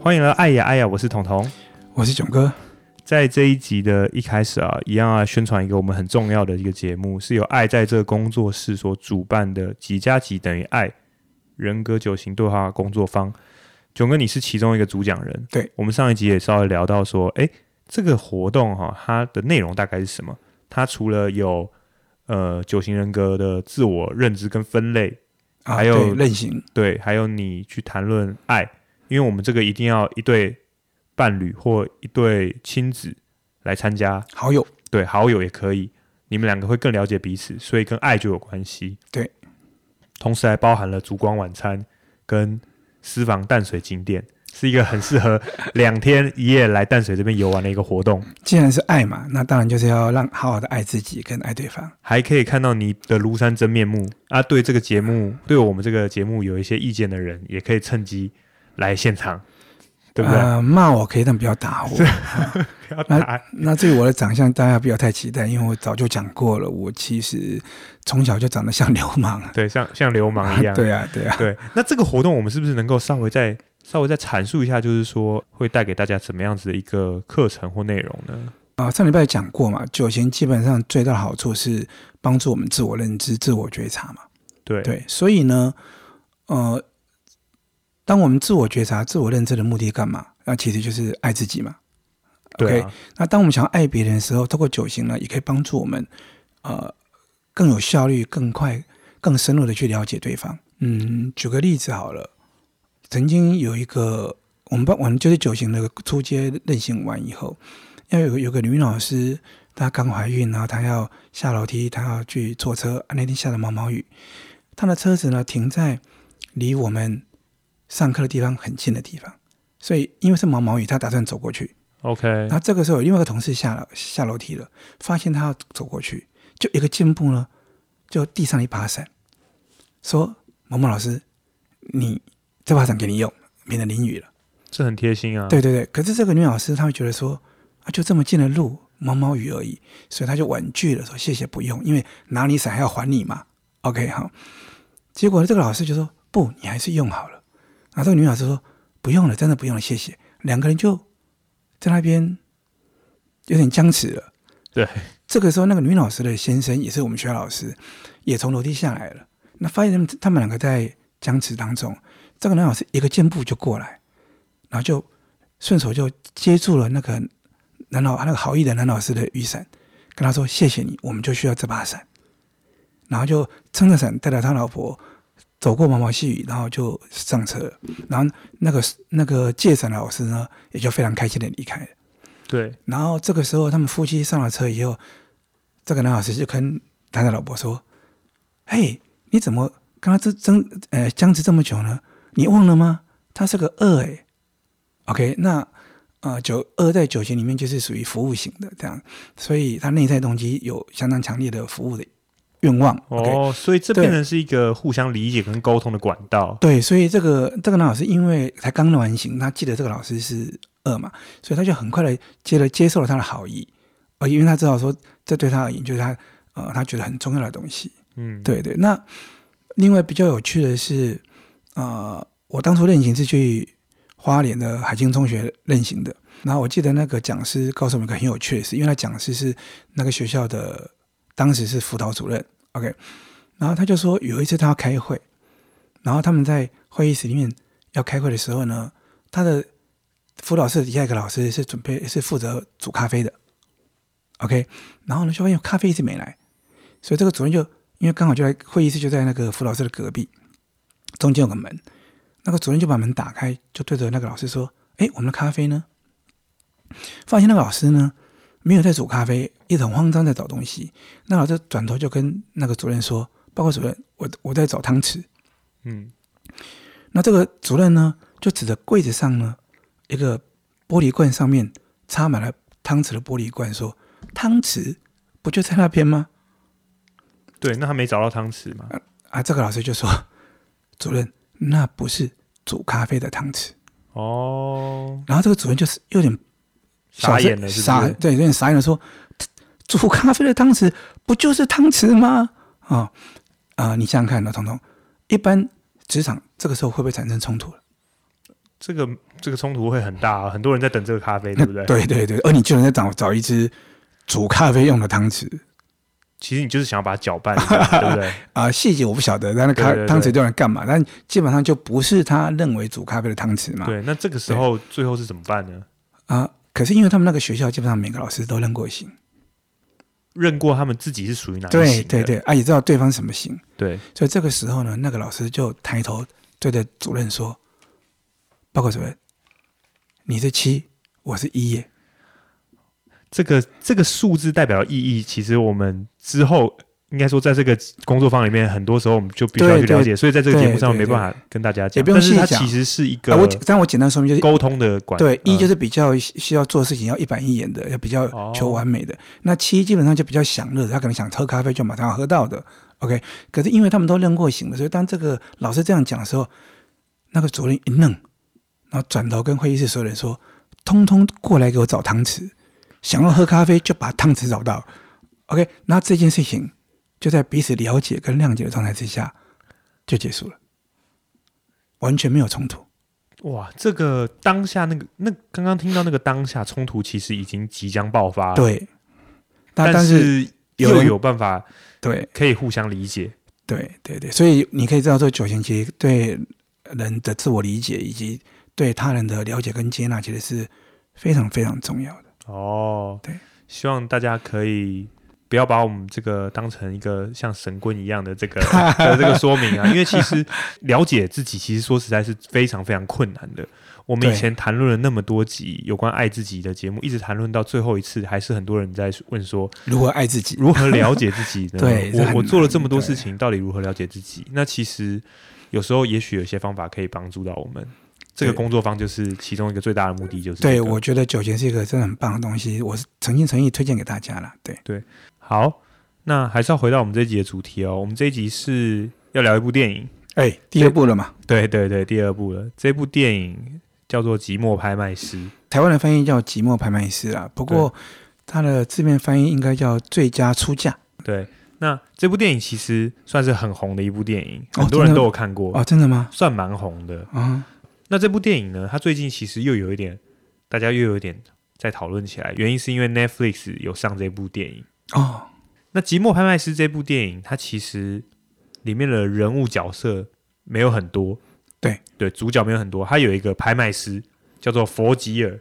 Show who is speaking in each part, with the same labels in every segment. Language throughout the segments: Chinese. Speaker 1: 欢迎来到爱呀爱呀，我是彤彤。
Speaker 2: 我是囧哥。
Speaker 1: 在这一集的一开始啊，一样啊，宣传一个我们很重要的一个节目，是由爱在这工作室所主办的“几加几等于爱”人格九型对话工作坊。囧哥，你是其中一个主讲人。
Speaker 2: 对，
Speaker 1: 我们上一集也稍微聊到说，哎，这个活动哈、它的内容大概是什么？它除了有呃九型人格的自我认知跟分类，
Speaker 2: 啊，
Speaker 1: 还有
Speaker 2: 对任性，
Speaker 1: 对，还有你去谈论爱，因为我们这个一定要一对伴侣或一对亲子来参加，
Speaker 2: 好友，
Speaker 1: 对好友也可以，你们两个会更了解彼此，所以跟爱就有关系。
Speaker 2: 对，
Speaker 1: 同时还包含了烛光晚餐跟私房淡水景点，是一个很适合两天一夜来淡水这边游玩的一个活动。
Speaker 2: 既然是爱嘛，那当然就是要让好好的爱自己跟爱对方。
Speaker 1: 还可以看到你的庐山真面目啊！对这个节目，对我们这个节目有一些意见的人，也可以趁机来现场，对不对？
Speaker 2: 呃，骂我可以，但不要打我。
Speaker 1: 不要打
Speaker 2: 那至于我的长相，大家不要太期待，因为我早就讲过了，我其实从小就长得像流氓。
Speaker 1: 对，像像流 氓一样。
Speaker 2: 对啊，对 啊。
Speaker 1: 对那这个活动我们是不是能够稍微再稍微再阐述一下，就是说会带给大家怎么样子的一个课程或内容呢？
Speaker 2: 啊，上礼拜讲过嘛，酒型基本上最大的好处是帮助我们自我认知、自我觉察嘛。
Speaker 1: 对
Speaker 2: 对，所以呢，呃，当我们自我觉察、自我认知的目的干嘛？那其实就是爱自己嘛。
Speaker 1: 对
Speaker 2: OK，
Speaker 1: 啊
Speaker 2: 那当我们想要爱别人的时候，透过酒型呢，也可以帮助我们呃更有效率、更快、更深入的去了解对方。嗯，举个例子好了，曾经有一个我们班，我们就是酒型的初阶任性完以后，要有有个女老师，她刚怀孕，然后她要下楼梯，她要去坐车，啊那天下了毛毛雨，她的车子呢停在离我们上课的地方很近的地方，所以因为是毛毛雨，她打算走过去。
Speaker 1: OK，
Speaker 2: 然后这个时候，有另外一个同事下了下楼梯了，发现他要走过去，就一个箭步呢，就递上了一把伞，说：“某某老师，你这把伞给你用，免得淋雨了。
Speaker 1: 这很贴心啊。
Speaker 2: 对对对。可是这个女老师她会觉得说：“啊，就这么近的路，毛毛雨而已。”所以她就婉拒了，说：“谢谢，不用，因为拿你伞还要还你嘛。”OK，好。结果这个老师就说：“不，你还是用好了。”然后这个女老师说：“不用了，真的不用了，谢谢。”两个人就在那边有点僵持了。
Speaker 1: 对，
Speaker 2: 这个时候那个女老师的先生也是我们学校老师，也从楼梯下来了。那发现他们他们两个在僵持当中，这个男老师一个箭步就过来，然后就顺手就接住了那个男老那个好意的男老师的雨伞，跟他说：“谢谢你，我们就需要这把伞。”然后就撑着伞带着他老婆走过毛毛细雨，然后就上车了。然后那个那个借伞的老师呢，也就非常开心的离开了。
Speaker 1: 对
Speaker 2: 然后这个时候，他们夫妻上了车以后，这个男老师就跟他的老婆说：“嘿，你怎么跟他这争呃僵持这么久呢？你忘了吗？他是个二哎。”OK，那呃九二在九型里面就是属于服务型的这样，所以他内在动机有相当强烈的服务的愿望。OK，
Speaker 1: 哦，所以这
Speaker 2: 对
Speaker 1: 变成是一个互相理解跟沟通的管道。
Speaker 2: 对，所以这个这个男老师因为才刚完刑，他记得这个老师是恶嘛，所以他就很快的接了接受了他的好意，呃，因为他知道说这对他而言就是他呃他觉得很重要的东西。
Speaker 1: 嗯，
Speaker 2: 对对，那另外比较有趣的是，呃，我当初练行是去花莲的海清中学练行的，然后我记得那个讲师告诉我们一个很有趣的事，因为他讲师是那个学校的当时是辅导主任，OK，然后他就说有一次他要开会，然后他们在会议室里面要开会的时候呢，他的辅导室底下一个老师是准备是负责煮咖啡的，OK，然后呢就发现咖啡一直没来，所以这个主任就因为刚好就在会议室就在那个辅导室的隔壁，中间有个门，那个主任就把门打开，就对着那个老师说：“哎，我们的咖啡呢？”发现那个老师呢没有在煮咖啡，一直很慌张在找东西。那老师转头就跟那个主任说：“报告主任，我我在找汤匙。”
Speaker 1: 嗯，
Speaker 2: 那这个主任呢，就指着柜子上呢一个玻璃罐上面插满了汤匙的玻璃罐，说：“汤匙不就在那边吗？”
Speaker 1: 对，那他没找到汤匙嘛？
Speaker 2: 啊，这个老师就说：“主任，那不是煮咖啡的汤匙。
Speaker 1: 哦”，
Speaker 2: 然后这个主任就是有点小
Speaker 1: 傻眼了，
Speaker 2: 声
Speaker 1: 是不
Speaker 2: 傻
Speaker 1: 是？
Speaker 2: 对，有点傻眼了，说：“煮咖啡的汤匙不就是汤匙吗？”啊、啊、你想想看呢，彤彤，一般职场这个时候会不会产生冲突了？
Speaker 1: 这个这个冲突会很大、啊，很多人在等这个咖啡，对不对？
Speaker 2: 对对对，而你就能再找找一只煮咖啡用的汤匙
Speaker 1: 其实你就是想要把它搅拌一下，对不对？
Speaker 2: 啊、细节我不晓得，但那咖
Speaker 1: 对对对
Speaker 2: 汤匙用来干嘛？但基本上就不是他认为煮咖啡的汤匙嘛。
Speaker 1: 对，那这个时候最后是怎么办呢？
Speaker 2: 啊、可是因为他们那个学校基本上每个老师都认过型，
Speaker 1: 认过他们自啊己是属于哪一
Speaker 2: 对
Speaker 1: 型的
Speaker 2: 对对，啊，也知道对方什么型，
Speaker 1: 对，
Speaker 2: 所以这个时候呢，那个老师就抬头对着主任说：“报告主任，你是七，我是一耶。
Speaker 1: 这个这个数字代表的意义，其实我们之后应该说，在这个工作坊里面，很多时候我们就必须要去
Speaker 2: 对对
Speaker 1: 了解，所以在这个节目上
Speaker 2: 对
Speaker 1: 没
Speaker 2: 对
Speaker 1: 办法跟大家
Speaker 2: 也
Speaker 1: 讲，
Speaker 2: 不用
Speaker 1: 但是它
Speaker 2: 细讲
Speaker 1: 其实是一”个
Speaker 2: 啊，我简但我简单说明就是，
Speaker 1: 沟通的管
Speaker 2: 对，一就是是比较需要做事情要一板一眼的，要比较
Speaker 1: 嗯哦
Speaker 2: 求完美的。那七基本上就比较享乐的，他可能想喝咖啡就马上要喝到的。OK，可是因为他们都认过型了，所以当这个老师这样讲的时候，那个主任一愣，然后转头跟会议室所有人说：“通通过来给我找汤匙，想要喝咖啡就把汤匙找到。” OK，那这件事情就在彼此了解跟谅解的状态之下就结束了，完全没有冲突。
Speaker 1: 哇，这个当下那个那刚刚听到那个当下冲突，其实已经即将爆发了，
Speaker 2: 对，那
Speaker 1: 啊但
Speaker 2: 但是
Speaker 1: 是
Speaker 2: 有
Speaker 1: 又
Speaker 2: 人
Speaker 1: 有办法
Speaker 2: 对。
Speaker 1: 可以互相理解，
Speaker 2: 对对对，所以你可以知道说，九型其实对人的自我理解以及对他人的了解跟接纳，其实是非常非常重要的。
Speaker 1: 哦，
Speaker 2: 对，
Speaker 1: 希望大家可以不要把我们这个当成一个像神棍一样的 这个的这个说明啊，因为其实了解自己，其实说实在是非常非常困难的。我们以
Speaker 2: 对
Speaker 1: 前谈论了那么多集有关爱自己的节目，一直谈论到最后一次，还是很多人在问 说
Speaker 2: 如何爱自己？
Speaker 1: 如何了解自己呢？
Speaker 2: 对这很
Speaker 1: 我我
Speaker 2: 难
Speaker 1: 做了这么多
Speaker 2: 对
Speaker 1: 事情，到底如何了解自己？那其实有时候也许有些方法可以帮助到我们。这个
Speaker 2: 对
Speaker 1: 工作方就是其中一个最大的目的，就是、这
Speaker 2: 对，
Speaker 1: 个
Speaker 2: 我觉得九型是一个真的很棒的东西，我是诚心诚意推荐给大家啦。对，
Speaker 1: 好，那还是要回到我们这一集的主题哦。我们这一集是要聊一部电影，
Speaker 2: 哎，第二部了嘛，
Speaker 1: 对对对，第二部了。这部电影叫做《寂寞拍卖师》，
Speaker 2: 台湾的翻译叫《寂寞拍卖师》啊啦，不过它的字面翻译应该叫《最佳出价》
Speaker 1: 对。那这部电影其实算是很红的一部电影，
Speaker 2: 哦
Speaker 1: 很多人
Speaker 2: 真的
Speaker 1: 都有看过，
Speaker 2: 哦，真的吗？
Speaker 1: 算蛮红的。
Speaker 2: 啊、
Speaker 1: 那这部电影呢，它最近其实又有一点，大家又有一点在讨论起来，原因是因为 Netflix 有上这部电影。
Speaker 2: 哦，
Speaker 1: 那《寂寞拍卖师》这部电影，它其实里面的人物角色没有很多，
Speaker 2: 对
Speaker 1: 对，主角没有很多，他有一个拍卖师叫做佛吉尔，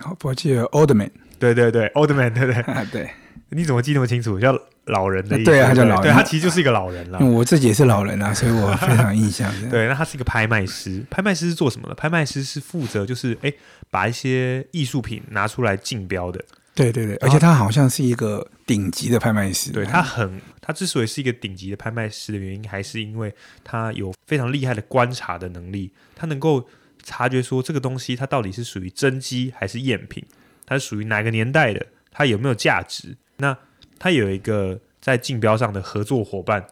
Speaker 2: 好，我记得 Old Man
Speaker 1: 对对对，Old Man，对不对？
Speaker 2: 啊， 对，
Speaker 1: 你怎么记那么清楚？叫老人的意思，
Speaker 2: 对啊他叫
Speaker 1: 不
Speaker 2: 老人嗯
Speaker 1: 对他其实就是一个老人啦
Speaker 2: 因。为我自己也是老人啊，所以我非常有印象。对
Speaker 1: 对，那他是一个拍卖师，拍卖师是做什么的？拍卖师是负责就是哎，把一些艺术品拿出来竞标的。
Speaker 2: 对对对，
Speaker 1: 然后
Speaker 2: 而且他好像是一个顶级的拍卖师。
Speaker 1: 对他很，他之所以是一个顶级的拍卖师的原因，还是因为他有非常厉害的观察的能力，他能够察觉说这个东西它到底是属于真机还是赝品，它是属于哪个年代的，它有没有价值。那他有一个在竞标上的合作伙伴，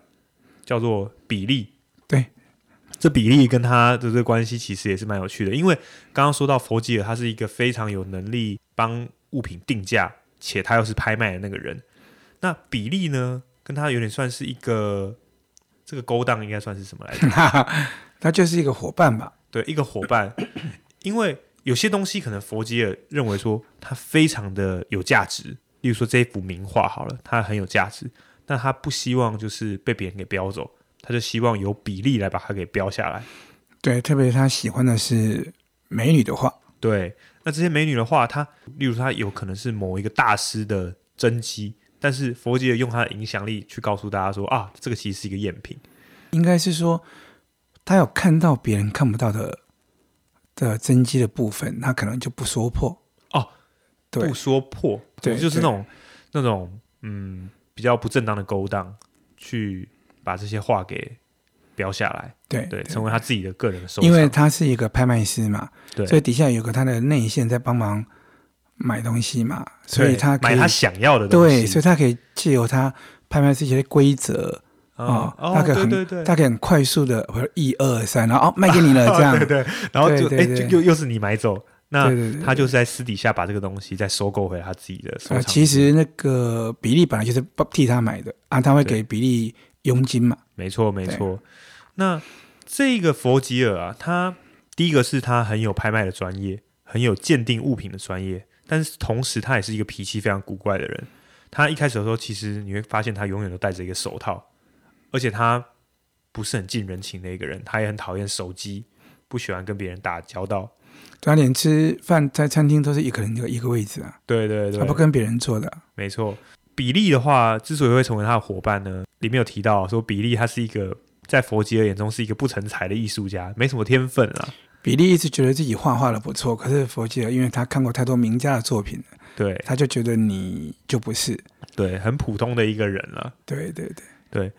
Speaker 1: 叫做比利。
Speaker 2: 对，
Speaker 1: 这比利跟他的这个关系其实也是蛮有趣的，因为刚刚说到佛吉尔，他是一个非常有能力帮物品定价，且他又是拍卖的那个人。那比利呢，跟他有点算是一个这个勾当，应该算是什么来着？
Speaker 2: 他就是一个伙伴吧？
Speaker 1: 对，一个伙伴，因为有些东西可能佛吉尔认为说它非常的有价值，例如说这一幅名画好了，它很有价值，但他不希望就是被别人给标走，他就希望有比例来把它给标下来。
Speaker 2: 对，特别他喜欢的是美女的话，
Speaker 1: 对，那这些美女的话，她例如她有可能是某一个大师的真迹，但是佛吉尔用他的影响力去告诉大家说啊，这个其实是一个赝品。
Speaker 2: 应该是说他有看到别人看不到的的真机的部分，他可能就不说破。
Speaker 1: 哦，
Speaker 2: 对
Speaker 1: 不说破，
Speaker 2: 对
Speaker 1: 就是那
Speaker 2: 对
Speaker 1: 种那种嗯比较不正当的勾当，去把这些话给标下来，
Speaker 2: 对
Speaker 1: 对，成为他自己的个人的收藏。
Speaker 2: 因为他是一个拍卖师嘛，
Speaker 1: 对
Speaker 2: 所以底下有个他的内线在帮忙买东西嘛，所以
Speaker 1: 对
Speaker 2: 他可
Speaker 1: 买
Speaker 2: 以
Speaker 1: 他想要的东西，嗯
Speaker 2: 对，所以他可以借由他拍卖师一些规则。
Speaker 1: 啊
Speaker 2: 哦
Speaker 1: 哦，
Speaker 2: 他可以
Speaker 1: 对
Speaker 2: 很
Speaker 1: 对对，
Speaker 2: 他可以很快速的，我说一二三，然后哦卖给你了， 这样
Speaker 1: 对对，然后就
Speaker 2: 对
Speaker 1: 哎
Speaker 2: 对
Speaker 1: 就
Speaker 2: 对
Speaker 1: 又又是你买走，那
Speaker 2: 对对对
Speaker 1: 他就是在私底下把这个东西再收购回他自己的收
Speaker 2: 呃，
Speaker 1: 藏。
Speaker 2: 其实那个比利本来就是帮替他买的啊，他会
Speaker 1: 对
Speaker 2: 给比利佣金嘛。
Speaker 1: 没错，没
Speaker 2: 对
Speaker 1: 错。那这个佛吉尔啊，他第一个是他很有拍卖的专业，很有鉴定物品的专业，但是同时他也是一个脾气非常古怪的人。他一开始的时候，其实你会发现他永远都戴着一个手套，而且他不是很近人情的一个人，他也很讨厌手机，不喜欢跟别人打交道。
Speaker 2: 他啊连吃饭在餐厅都是一个人一个一个位置啊，
Speaker 1: 对对
Speaker 2: 他
Speaker 1: 对
Speaker 2: 不，跟别人坐的啊。
Speaker 1: 没错。比利的话，之所以会成为他的伙伴呢，里面有提到说，比利他是一个在佛吉尔眼中是一个不成才的艺术家，没什么天分啊。
Speaker 2: 比利一直觉得自己画画的不错，可是佛吉尔因为他看过太多名家的作品，
Speaker 1: 对
Speaker 2: 他就觉得你就不是。
Speaker 1: 对，很普通的一个人了、
Speaker 2: 对对对，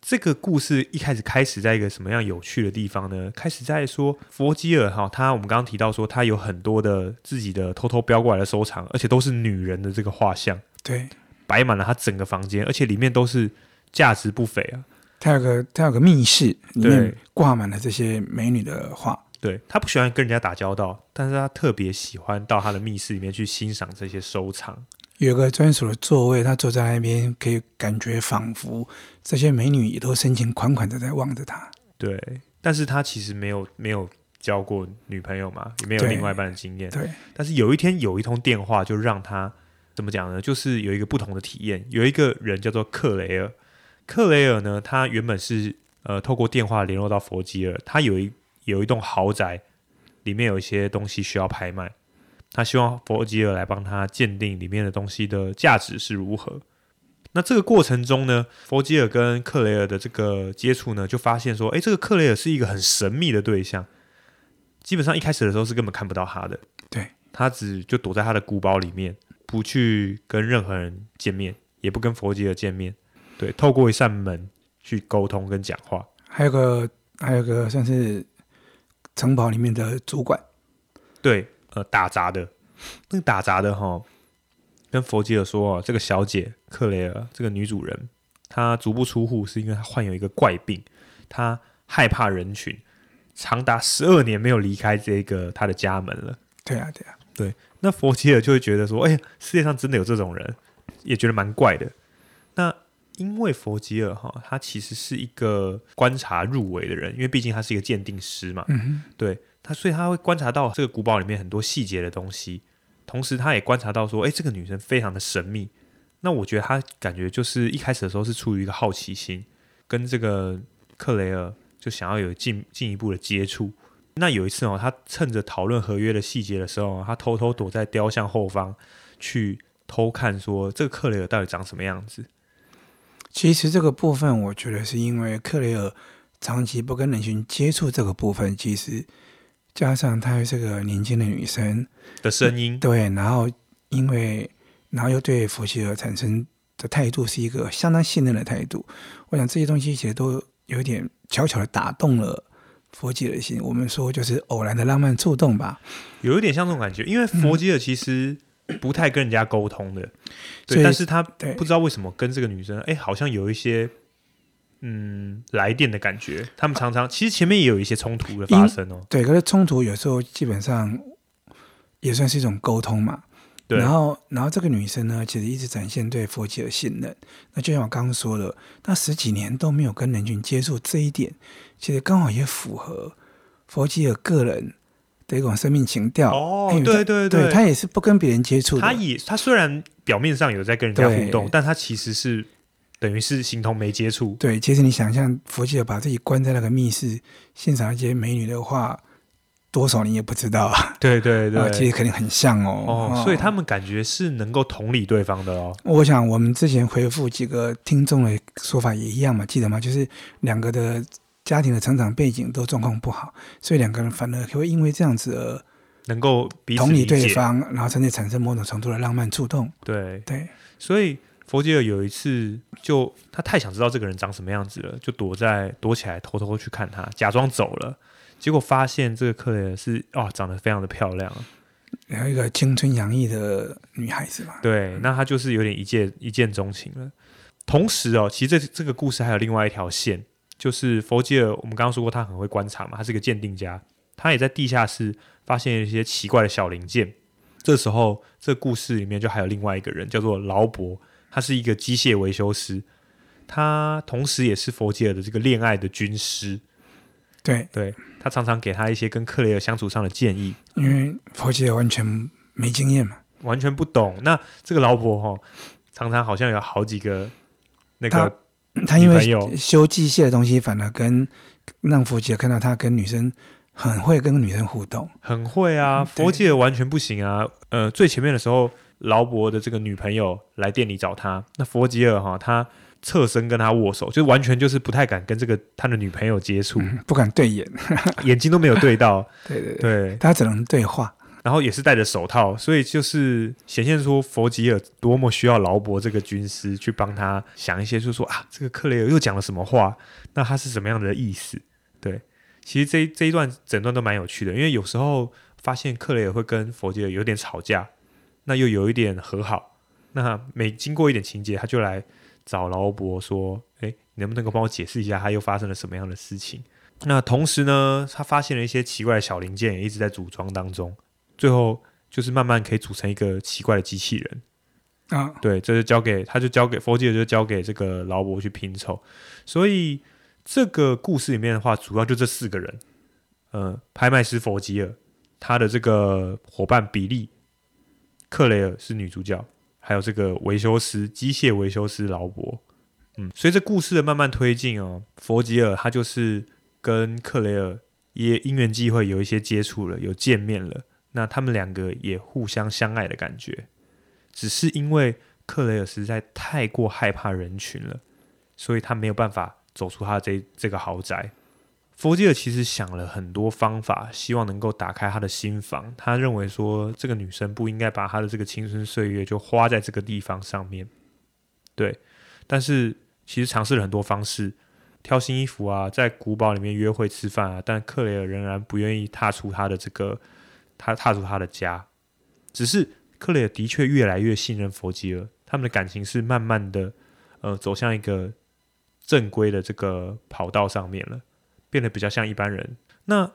Speaker 1: 这个故事一开始开始在一个什么样有趣的地方呢？开始在说佛吉尔哈，他我们刚刚提到说他有很多的自己的偷偷标过来的收藏，而且都是女人的这个画像，
Speaker 2: 对
Speaker 1: 摆满了他整个房间，而且里面都是价值不菲啊。
Speaker 2: 他有个他有个密室，里面
Speaker 1: 对
Speaker 2: 挂满了这些美女的画。
Speaker 1: 对他不喜欢跟人家打交道，但是他特别喜欢到他的密室里面去欣赏这些收藏。
Speaker 2: 有个专属的座位，他坐在那边，可以感觉仿佛这些美女也都深情款款的在望着他。
Speaker 1: 对，但是他其实没有没有交过女朋友嘛，也没有
Speaker 2: 对
Speaker 1: 另外一半的经验。
Speaker 2: 对，
Speaker 1: 但是有一天有一通电话就让他怎么讲呢？就是有一个不同的体验。有一个人叫做克雷尔，克雷尔呢，他原本是呃透过电话联络到佛吉尔，他有一有一栋豪宅，里面有一些东西需要拍卖，他希望佛吉尔来帮他鉴定里面的东西的价值是如何。那这个过程中呢，佛吉尔跟克雷尔的这个接触呢，就发现说，诶，这个克雷尔是一个很神秘的对象，基本上一开始的时候是根本看不到他的，他只就躲在他的古堡里面，不去跟任何人见面，也不跟佛吉尔见面。对，透过一扇门去沟通跟讲话。
Speaker 2: 还有个还有个算是城堡里面的主管，
Speaker 1: 对，呃，打杂的，那个打杂的哈，跟佛吉尔说、哦，这个小姐克雷尔这个女主人，她足不出户是因为她患有一个怪病，她害怕人群，长达十二年没有离开这个她的家门了。
Speaker 2: 对啊对啊，
Speaker 1: 那佛吉尔就会觉得说，哎、呀，世界上真的有这种人，也觉得蛮怪的。那因为佛吉尔哈，他其实是一个观察入围的人，因为毕竟他是一个鉴定师嘛，
Speaker 2: 嗯
Speaker 1: 对他，所以他会观察到这个古堡里面很多细节的东西，同时他也观察到说，哎、这个女生非常的神秘。那我觉得他感觉就是一开始的时候是出于一个好奇心，跟这个克雷尔就想要有进进一步的接触。那有一次哦，他趁着讨论合约的细节的时候，他偷偷躲在雕像后方去偷看，说这个克雷尔到底长什么样子。
Speaker 2: 哼，其实这个部分我觉得是因为克雷尔长期不跟人群接触这个部分，其实加上她又是个年轻的女生，
Speaker 1: 的声音，
Speaker 2: 对，然后因为然后又对佛吉尔产生的态度是一个相当信任的态度，我想这些东西其实都有点悄悄的打动了佛吉尔的心。我们说就是偶然的浪漫触动吧，
Speaker 1: 有一点像这种感觉，因为
Speaker 2: 嗯
Speaker 1: 佛吉尔其实不太跟人家沟通的，
Speaker 2: 所
Speaker 1: 对，
Speaker 2: 以
Speaker 1: 但是他
Speaker 2: 对
Speaker 1: 不知道为什么跟这个女生，哎，好像有一些嗯来电的感觉。他们常常其实前面也有一些冲突的发生哦，
Speaker 2: 对。可是冲突有时候基本上也算是一种沟通嘛。
Speaker 1: 对
Speaker 2: 然后，然后这个女生呢，其实一直展现对佛吉尔信任。那就像我刚刚说的，那十几年都没有跟人群接触，这一点其实刚好也符合佛吉尔个人的一种生命情调。
Speaker 1: 哦
Speaker 2: 哎，
Speaker 1: 对对
Speaker 2: 对他也是不跟别人接触的，
Speaker 1: 他也他虽然表面上有在跟人家互动
Speaker 2: 对，
Speaker 1: 但他其实是等于是形同没接触，
Speaker 2: 对。其实你想象佛吉尔把自己关在那个密室，欣赏那些美女的话，多少你也不知道啊。
Speaker 1: 对对
Speaker 2: 啊其实肯定很像哦。
Speaker 1: 哦，所以他们感觉是能够同理对方的哦，
Speaker 2: 我想我们之前回复几个听众的说法也一样嘛，记得吗？就是两个的家庭的成长背景都状况不好，所以两个人反而会因为这样子而
Speaker 1: 能够彼此
Speaker 2: 同理
Speaker 1: 理
Speaker 2: 对
Speaker 1: 解，
Speaker 2: 方，然后甚至产生某种程度的浪漫触动。
Speaker 1: 对，
Speaker 2: 对，
Speaker 1: 所以佛吉尔有一次就他太想知道这个人长什么样子了，就躲在躲起来偷偷去看他，假装走了。结果发现这个克雷尔是哦，长得非常的漂亮，
Speaker 2: 然后一个青春洋溢的女孩子嘛，
Speaker 1: 对，那他就是有点一见一见钟情了。同时哦，其实这这个故事还有另外一条线，就是佛吉尔，我们刚刚说过他很会观察嘛，他是个鉴定家，他也在地下室发现一些奇怪的小零件。这时候，这故事里面就还有另外一个人，叫做劳勃，他是一个机械维修师，他同时也是佛吉尔的这个恋爱的军师。
Speaker 2: 对，
Speaker 1: 对他常常给他一些跟克雷尔相处上的建议，
Speaker 2: 因为佛吉尔完全没经验嘛，
Speaker 1: 完全不懂。那这个劳勃哈、常常好像有好几个那
Speaker 2: 他
Speaker 1: 个
Speaker 2: 他因
Speaker 1: 女朋友
Speaker 2: 为修机械的东西，反而跟让佛吉尔看到他跟女生很会跟女生互动，
Speaker 1: 很会啊，
Speaker 2: 嗯
Speaker 1: 佛吉尔完全不行啊。呃，最前面的时候，劳勃的这个女朋友来店里找他，那佛吉尔哈、他侧身跟他握手，就完全就是不太敢跟这个他的女朋友接 触，
Speaker 2: 不敢对眼，
Speaker 1: 眼睛都没有对到。
Speaker 2: 对对对，
Speaker 1: 对，
Speaker 2: 他只能对话。
Speaker 1: 然后也是戴着手套，所以就是显现出佛吉尔多么需要劳勃这个军师去帮他想一些，就是说啊，这个克雷尔又讲了什么话，那他是什么样的意思？对，其实这这一段整段都蛮有趣的，因为有时候发现克雷尔会跟佛吉尔有点吵架，那又有一点和好，那每经过一点情节，他就来找劳勃说，哎，你能不能够帮我解释一下，他又发生了什么样的事情？那同时呢，他发现了一些奇怪的小零件，也一直在组装当中。最后就是慢慢可以组成一个奇怪的机器人。
Speaker 2: 啊，
Speaker 1: 对，这就交给他就交给佛吉尔，就交给这个劳勃去拼凑。所以这个故事里面的话，主要就这四个人，呃，拍卖师佛吉尔，他的这个伙伴比利，克雷尔是女主角，还有这个维修师机械维修师劳勃。嗯，随着故事的慢慢推进哦，佛吉尔他就是跟克雷尔也因缘际会有一些接触了，有见面了。那他们两个也互相相爱的感觉，只是因为克雷尔实在太过害怕人群了，所以他没有办法走出他这这个豪宅。佛吉尔其实想了很多方法，希望能够打开他的心房。他认为说，这个女生不应该把她的这个青春岁月就花在这个地方上面。对，但是其实尝试了很多方式，挑新衣服啊，在古堡里面约会吃饭啊，但克雷尔仍然不愿意踏出他的这个他踏出他的家。只是克雷尔的确越来越信任佛吉尔，他们的感情是慢慢的呃走向一个正规的这个跑道上面了，变得比较像一般人。那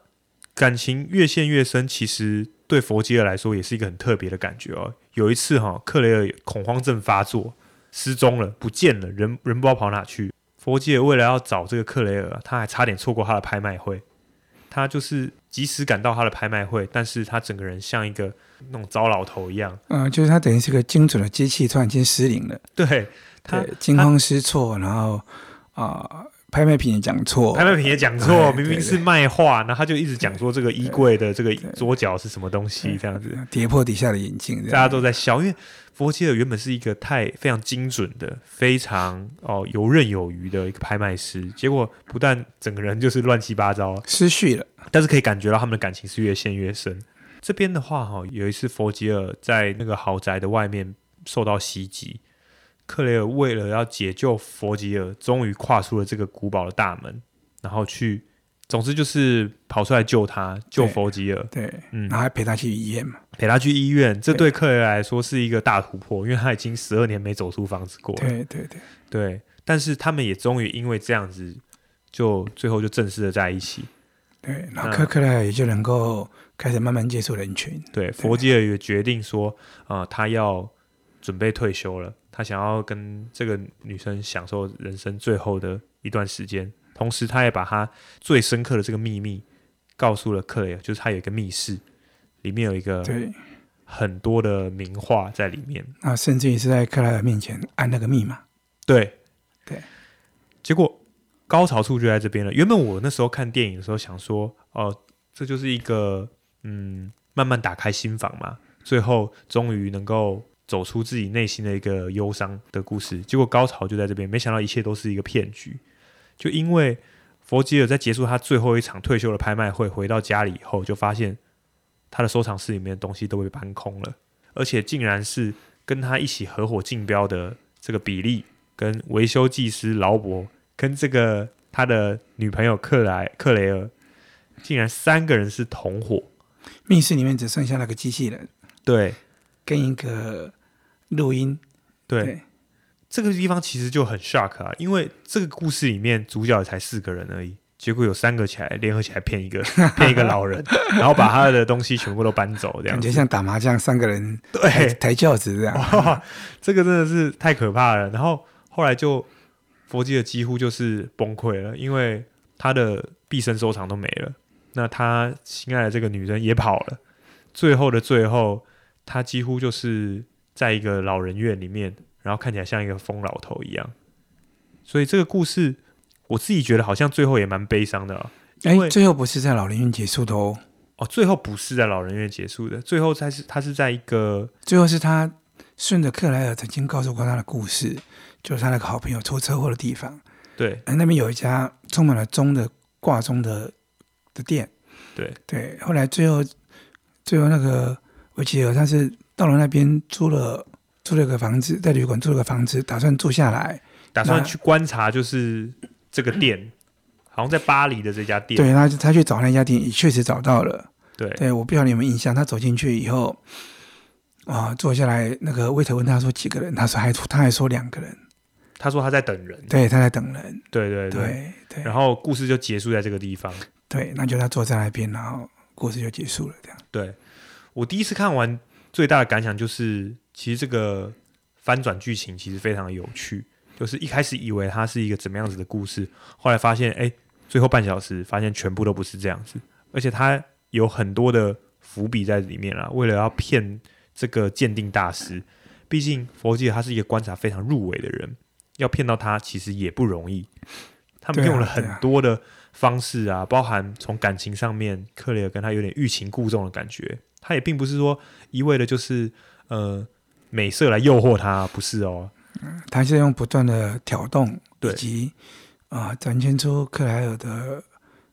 Speaker 1: 感情越陷越深，其实对佛吉尔来说也是一个很特别的感觉哦。有一次哈、克雷尔恐慌症发作，失踪了，不见了，人人不知道跑哪去。佛吉尔为了要找这个克雷尔啊，他还差点错过他的拍卖会。他就是及时赶到他的拍卖会，但是他整个人像一个那种糟老头一样，
Speaker 2: 嗯、就是他等于是个精准的机器，突然间失灵了，
Speaker 1: 对他
Speaker 2: 对，惊
Speaker 1: 他
Speaker 2: 慌失措，然后啊、拍卖品也讲错，
Speaker 1: 拍卖品也讲
Speaker 2: 对
Speaker 1: 错，
Speaker 2: 对
Speaker 1: 明明是卖画，然后他就一直讲说这个衣柜的这个桌角是什么东西，这样子，
Speaker 2: 跌破底下的眼镜，这
Speaker 1: 大家
Speaker 2: 样
Speaker 1: 都在笑，因为佛切尔原本是一个太非常精准的、非常哦游刃有余的一个拍卖师，结果不但整个人就是乱七八糟，
Speaker 2: 失序了。
Speaker 1: 但是可以感觉到他们的感情是越陷越深。这边的话，哈，有一次佛吉尔在那个豪宅的外面受到袭击，克雷尔为了要解救佛吉尔，终于跨出了这个古堡的大门，然后去，总之就是跑出来救他，救
Speaker 2: 对
Speaker 1: 佛吉尔，
Speaker 2: 对，
Speaker 1: 嗯
Speaker 2: 然后还陪他去医院嘛。
Speaker 1: 陪他去医院。这对克雷尔来说是一个大突破，因为他已经十二年没走出房子过了。
Speaker 2: 对对对，
Speaker 1: 对，但是他们也终于因为这样子，就最后就正式的在一起。
Speaker 2: 对，然
Speaker 1: 那
Speaker 2: 后克克莱尔也就能够开始慢慢接触人群。
Speaker 1: 对，佛吉尔也决定说，呃，他要准备退休了，他想要跟这个女生享受人生最后的一段时间，同时他也把他最深刻的这个秘密告诉了克雷尔，就是他有一个密室，里面有一个
Speaker 2: 对，
Speaker 1: 很多的名画在里面。
Speaker 2: 啊，甚至于是在克莱尔面前按那个密码。
Speaker 1: 对，
Speaker 2: 对。
Speaker 1: 结果高潮处就在这边了。原本我那时候看电影的时候想说，哦、这就是一个嗯，慢慢打开心房嘛，最后终于能够走出自己内心的一个忧伤的故事。结果高潮就在这边，没想到一切都是一个骗局。就因为佛吉尔在结束他最后一场退休的拍卖会，回到家里以后，就发现他的收藏室里面的东西都被搬空了，而且竟然是跟他一起合伙竞标的这个比利跟维修技师劳勃跟这个他的女朋友克莱克雷尔，竟然三个人是同伙。
Speaker 2: 密室里面只剩下那个机器人
Speaker 1: 对
Speaker 2: 跟一个录音。
Speaker 1: 对，这个地方其实就很 shock 啊，因为这个故事里面主角才四个人而已，结果有三个起来联合起来骗一个骗一个老人，然后把他的东西全部都搬走，这样
Speaker 2: 感觉
Speaker 1: 子
Speaker 2: 像打麻将，三个人抬
Speaker 1: 对，
Speaker 2: 抬轿子这样。
Speaker 1: 哇， 这个真的是太可怕了。然后后来就佛吉尔几乎就是崩溃了，因为他的毕生收藏都没了。那他心爱的这个女生也跑了，最后的最后，他几乎就是在一个老人院里面，然后看起来像一个疯老头一样。所以这个故事，我自己觉得好像最后也蛮悲伤的哦、
Speaker 2: 哎
Speaker 1: 因为，
Speaker 2: 最后不是在老人院结束的哦，
Speaker 1: 哦，最后不是在老人院结束的，最后才是他是在一个
Speaker 2: 最后是他顺着克莱尔曾经告诉过他的故事，就是他那个好朋友出车祸的地方，
Speaker 1: 对
Speaker 2: 哎那边有一家充满了钟的挂钟的的店，
Speaker 1: 对
Speaker 2: 对，后来最后最后那个维吉尔他是到了那边租了租了个房子，在旅馆租了个房子，打算住下来，
Speaker 1: 打算
Speaker 2: 那
Speaker 1: 去观察，就是这个店， 好像在巴黎的这家店，
Speaker 2: 对，他就他去找那家店，也确实找到了。
Speaker 1: 对
Speaker 2: 对，我不知道你有没有印象，他走进去以后，啊，坐下来，那个 waiter 问他说几个人，他说还他还说两个人，
Speaker 1: 他说他在等人，
Speaker 2: 对，他在等人，
Speaker 1: 对对
Speaker 2: 对对
Speaker 1: 然后故事就结束在这个地方。
Speaker 2: 对，那就他坐在那边，然后故事就结束了，这样。
Speaker 1: 对我第一次看完，最大的感想就是，其实这个翻转剧情其实非常有趣。就是一开始以为它是一个怎么样子的故事，后来发现，哎，最后半小时发现全部都不是这样子，而且它有很多的伏笔在里面啦。为了要骗这个鉴定大师，毕竟佛吉尔他是一个观察非常入微的人，要骗到他其实也不容易。他们
Speaker 2: 对啊
Speaker 1: 用了
Speaker 2: 对
Speaker 1: 很
Speaker 2: 啊
Speaker 1: 多的方式啊，包含从感情上面，克雷尔跟他有点欲擒故纵的感觉。他也并不是说一味的就是呃美色来诱惑他，不是哦。
Speaker 2: 他是用不断的挑动，以
Speaker 1: 对
Speaker 2: 及啊、展现出克莱尔的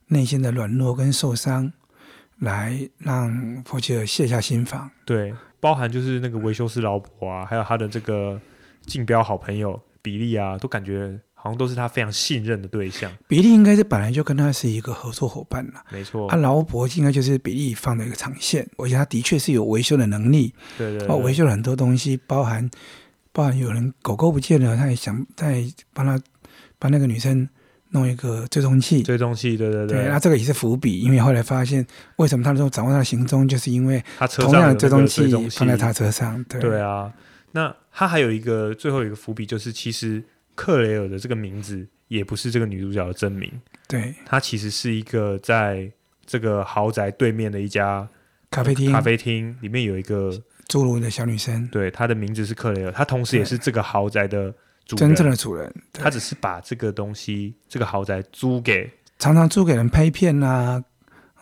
Speaker 2: 内心的软弱跟受伤，来让佛切尔卸下心防。
Speaker 1: 对，包含就是那个维修师劳勃啊，还有他的这个竞标好朋友比利啊，都感觉好像都是他非常信任的对象。
Speaker 2: 比利应该是本来就跟他是一个合作伙伴啦。
Speaker 1: 没错，
Speaker 2: 啊，劳勃应该就是比利放的一个长线，而且他的确是有维修的能力，
Speaker 1: 对对
Speaker 2: 哦，
Speaker 1: 对
Speaker 2: 维修了很多东西，包含包含有人狗狗不见了，他也想再帮他帮那个女生弄一个追踪器。
Speaker 1: 追踪器，对对
Speaker 2: 对，那这个也是伏笔，因为后来发现为什么他能够掌握他的行踪，就是因为
Speaker 1: 他车
Speaker 2: 同
Speaker 1: 上有
Speaker 2: 样
Speaker 1: 那
Speaker 2: 的
Speaker 1: 个
Speaker 2: 追
Speaker 1: 追
Speaker 2: 踪
Speaker 1: 踪
Speaker 2: 器
Speaker 1: 器
Speaker 2: 放在他车上。对，
Speaker 1: 对啊，那他还有一个最后一个伏笔，就是其实克雷尔的这个名字也不是这个女主角的真名，
Speaker 2: 对
Speaker 1: 她其实是一个在这个豪宅对面的一家
Speaker 2: 咖啡厅
Speaker 1: 咖啡厅里面有一个，
Speaker 2: 侏儒的小女生，
Speaker 1: 对，她的名字是克雷尔，她同时也是这个豪宅的主
Speaker 2: 真
Speaker 1: 人，
Speaker 2: 正的主人，对
Speaker 1: 她只是把这个东西这个豪宅租给
Speaker 2: 常常租给人拍片啊，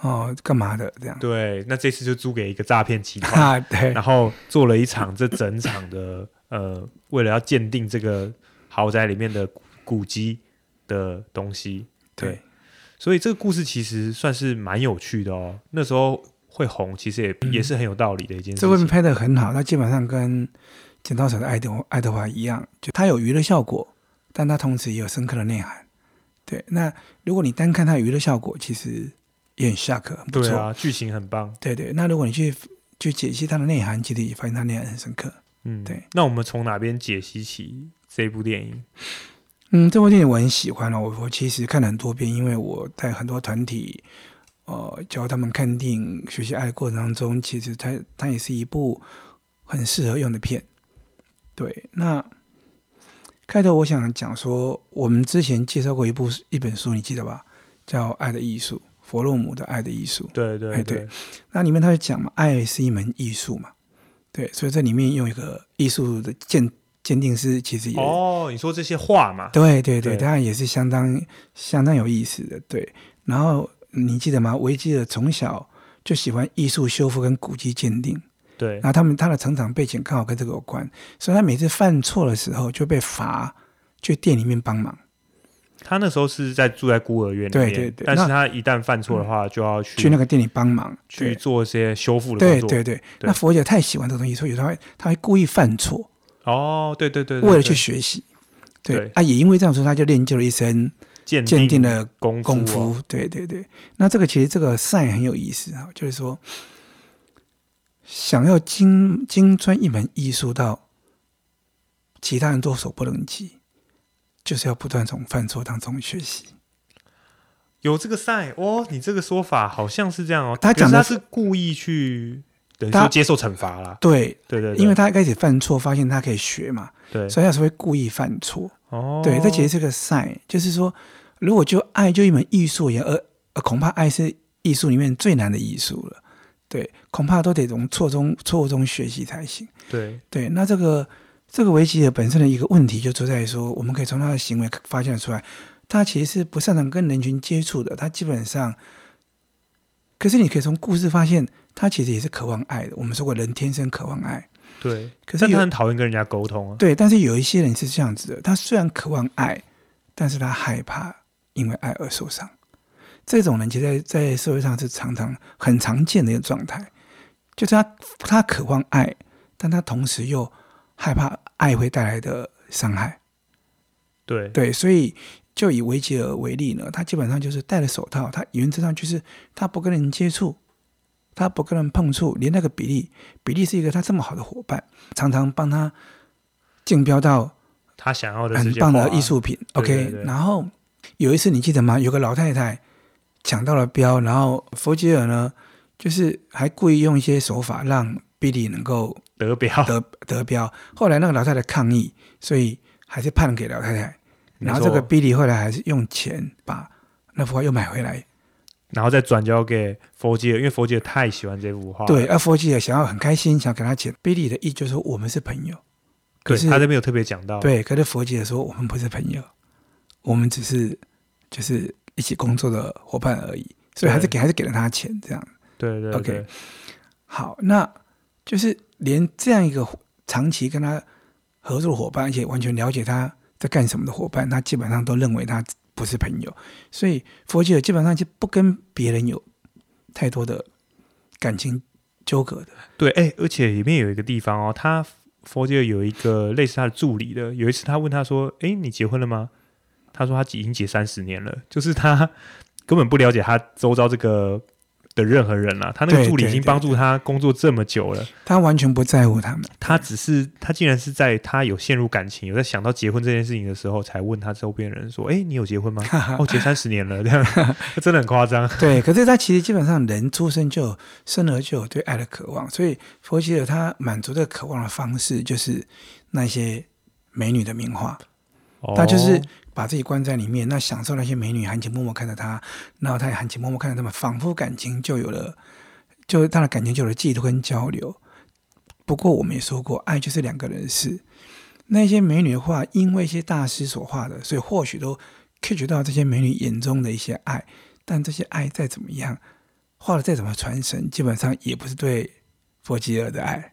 Speaker 2: 哦，干嘛的这样。
Speaker 1: 对，那这次就租给一个诈骗集团，
Speaker 2: 啊，对
Speaker 1: 然后做了一场这整场的呃，为了要鉴定这个豪宅里面的古古迹的东西，
Speaker 2: 对，
Speaker 1: 所以这个故事其实算是蛮有趣的哦。那时候会红，其实也、也是很有道理的一件事
Speaker 2: 嗯这部片
Speaker 1: 情。
Speaker 2: 拍的很好，它基本上跟《剪刀手的爱德爱德华》一样，就它有娱乐效果，但它同时也有深刻的内涵。对，那如果你单看它的娱乐效果，其实也很下课，很不
Speaker 1: 对
Speaker 2: 错。
Speaker 1: 啊，剧情很棒。
Speaker 2: 对对，那如果你去去解析它的内涵，其实也发现它内涵很深刻。
Speaker 1: 嗯，
Speaker 2: 对。
Speaker 1: 那我们从哪边解析起这部电影？
Speaker 2: 嗯，这部电影我很喜欢哦，我我其实看了很多遍，因为我在很多团体，呃，教他们看电影、学习爱的过程当中，其实它它也是一部很适合用的片。对，那开头我想讲说，我们之前介绍过一部一本书，你记得吧？叫《爱的艺术》，弗洛姆的《爱的艺术》。
Speaker 1: 对对
Speaker 2: 哎
Speaker 1: 对，
Speaker 2: 对那里面他就讲嘛，爱是一门艺术嘛，对，所以这里面用一个艺术的鉴鉴定师，其实也
Speaker 1: 哦，你说这些话嘛？
Speaker 2: 对对对，
Speaker 1: 对
Speaker 2: 当然也是相当相当有意思的。对，然后你记得吗？维基尔从小就喜欢艺术修复跟古迹鉴定，
Speaker 1: 对
Speaker 2: 然后他们他的成长背景刚好跟这个有关，所以他每次犯错的时候就被罚去店里面帮忙。
Speaker 1: 他那时候是在住在孤儿院里
Speaker 2: 对
Speaker 1: 面，
Speaker 2: 对对
Speaker 1: 但
Speaker 2: 那嗯
Speaker 1: 是他一旦犯错的话，就要去
Speaker 2: 去那个店里帮忙，
Speaker 1: 去做一些修复的
Speaker 2: 对
Speaker 1: 工作。
Speaker 2: 对对对。那佛姐太喜欢这个东西，所以有时候他会他会故意犯错，
Speaker 1: 哦，对对对，对
Speaker 2: 为了
Speaker 1: 对
Speaker 2: 去学习。对
Speaker 1: 对嗯
Speaker 2: 啊，也因为这样说，他就练就了一身
Speaker 1: 鉴
Speaker 2: 鉴定
Speaker 1: 的
Speaker 2: 的
Speaker 1: 功
Speaker 2: 功
Speaker 1: 夫哦，
Speaker 2: 夫，对对对。那这个其实这个赛很有意思啊，就是说，想要精精专一门艺术到其他人都所不能及，就是要不断从犯错当中学习。
Speaker 1: 有这个赛哦。你这个说法好像是这样哦。
Speaker 2: 他
Speaker 1: 可是
Speaker 2: 讲的
Speaker 1: 他
Speaker 2: 是
Speaker 1: 是故意去，等于
Speaker 2: 他
Speaker 1: 说接受惩罚啦。
Speaker 2: 对，
Speaker 1: 对对，对
Speaker 2: 因为他一开始犯错，发现他可以学嘛，
Speaker 1: 对
Speaker 2: 所以他是会故意犯错。
Speaker 1: 哦，
Speaker 2: 对，这其实是个赛，就是说，如果就爱就一门艺术而言，而而恐怕爱是艺术里面最难的艺术了。对，恐怕都得从错中错误中学习才行。
Speaker 1: 对，
Speaker 2: 对，那这个这个维吉尔本身的一个问题就出在于说，我们可以从他的行为发现出来，他其实是不擅长跟人群接触的，他基本上。可是你可以从故事发现，他其实也是渴望爱的。我们说过，人天生渴望爱，
Speaker 1: 对。
Speaker 2: 可是
Speaker 1: 但他
Speaker 2: 有
Speaker 1: 很讨厌跟人家沟通啊。
Speaker 2: 对，但是有一些人是这样子的，他虽然渴望爱，但是他害怕因为爱而受伤。这种人其实在在社会上是常常很常见的一个状态，就是他他渴望爱，但他同时又害怕爱会带来的伤害。
Speaker 1: 对，
Speaker 2: 对，所以就以维吉尔为例呢，他基本上就是戴了手套，他原则上就是他不跟人接触，他不跟人碰触，连那个比利，比利是一个他这么好的伙伴，常常帮他竞标到
Speaker 1: 他想要的这
Speaker 2: 很
Speaker 1: 些
Speaker 2: 棒
Speaker 1: 话
Speaker 2: 的
Speaker 1: 啊
Speaker 2: 艺，术品。
Speaker 1: 对
Speaker 2: OK，
Speaker 1: 对对
Speaker 2: 然后有一次你记得吗？有个老太太抢到了标，然后佛吉尔呢，就是还故意用一些手法让比利能够
Speaker 1: 德表，
Speaker 2: 得得标。后来那个老太太抗议，所以还是判给老太太。
Speaker 1: 没
Speaker 2: 然后这个
Speaker 1: 错
Speaker 2: Billy 后来还是用钱把那幅画又买回来。
Speaker 1: 然后再转交给佛吉尔，因为佛吉尔太喜欢这幅画了，
Speaker 2: 对，而佛吉尔想要很开心，想给他钱。Billy 的意就是说我们是朋友，可
Speaker 1: 对，
Speaker 2: 是
Speaker 1: 他这边有特别讲到，
Speaker 2: 对。可是佛吉尔说我们不是朋友，我们只是就是一起工作的伙伴而已。所以还是
Speaker 1: 对
Speaker 2: 给还是给了他钱这样。
Speaker 1: 对对
Speaker 2: OK
Speaker 1: 对
Speaker 2: 好，那就是连这样一个长期跟他合作的伙伴，而且完全了解他在干什么的伙伴，他基本上都认为他不是朋友，所以佛吉尔基本上就不跟别人有太多的感情纠葛的。
Speaker 1: 对，哎，而且里面有一个地方哦，他佛吉尔有一个类似他的助理的，有一次他问他说：“哎，你结婚了吗？”他说他已经结三十年了，就是他 根本不了解他周遭这个的任何人啊了、他那个
Speaker 2: 对
Speaker 1: 助理已
Speaker 2: 对
Speaker 1: 经
Speaker 2: 对
Speaker 1: 帮助他工作这么久了，
Speaker 2: 他完全不在乎他们。
Speaker 1: 他只是他竟然是在他有陷入感情，有在想到结婚这件事情的时候，才问他周边人说：“哎、你有结婚 吗？”哦，结三十年了，这样 真的很夸张。
Speaker 2: 对，可是他其实基本上人出生就有生而就有对爱的渴望，所以佛吉尔他满足这个渴望的方式就是那些美女的名画。
Speaker 1: 哦
Speaker 2: 他就是把自己关在里面，那享受那些美女含情脉脉看着他，然后他也含情脉脉看着他们，仿佛感情就有了，就他的感情就有了寄托跟交流。不过我们也说过，爱就是两个人的事。那些美女的画，因为一些大师所画的，所以或许都 catch 到这些美女眼中的一些爱，但这些爱再怎么样，画的再怎么传神，基本上也不是对佛吉尔的爱。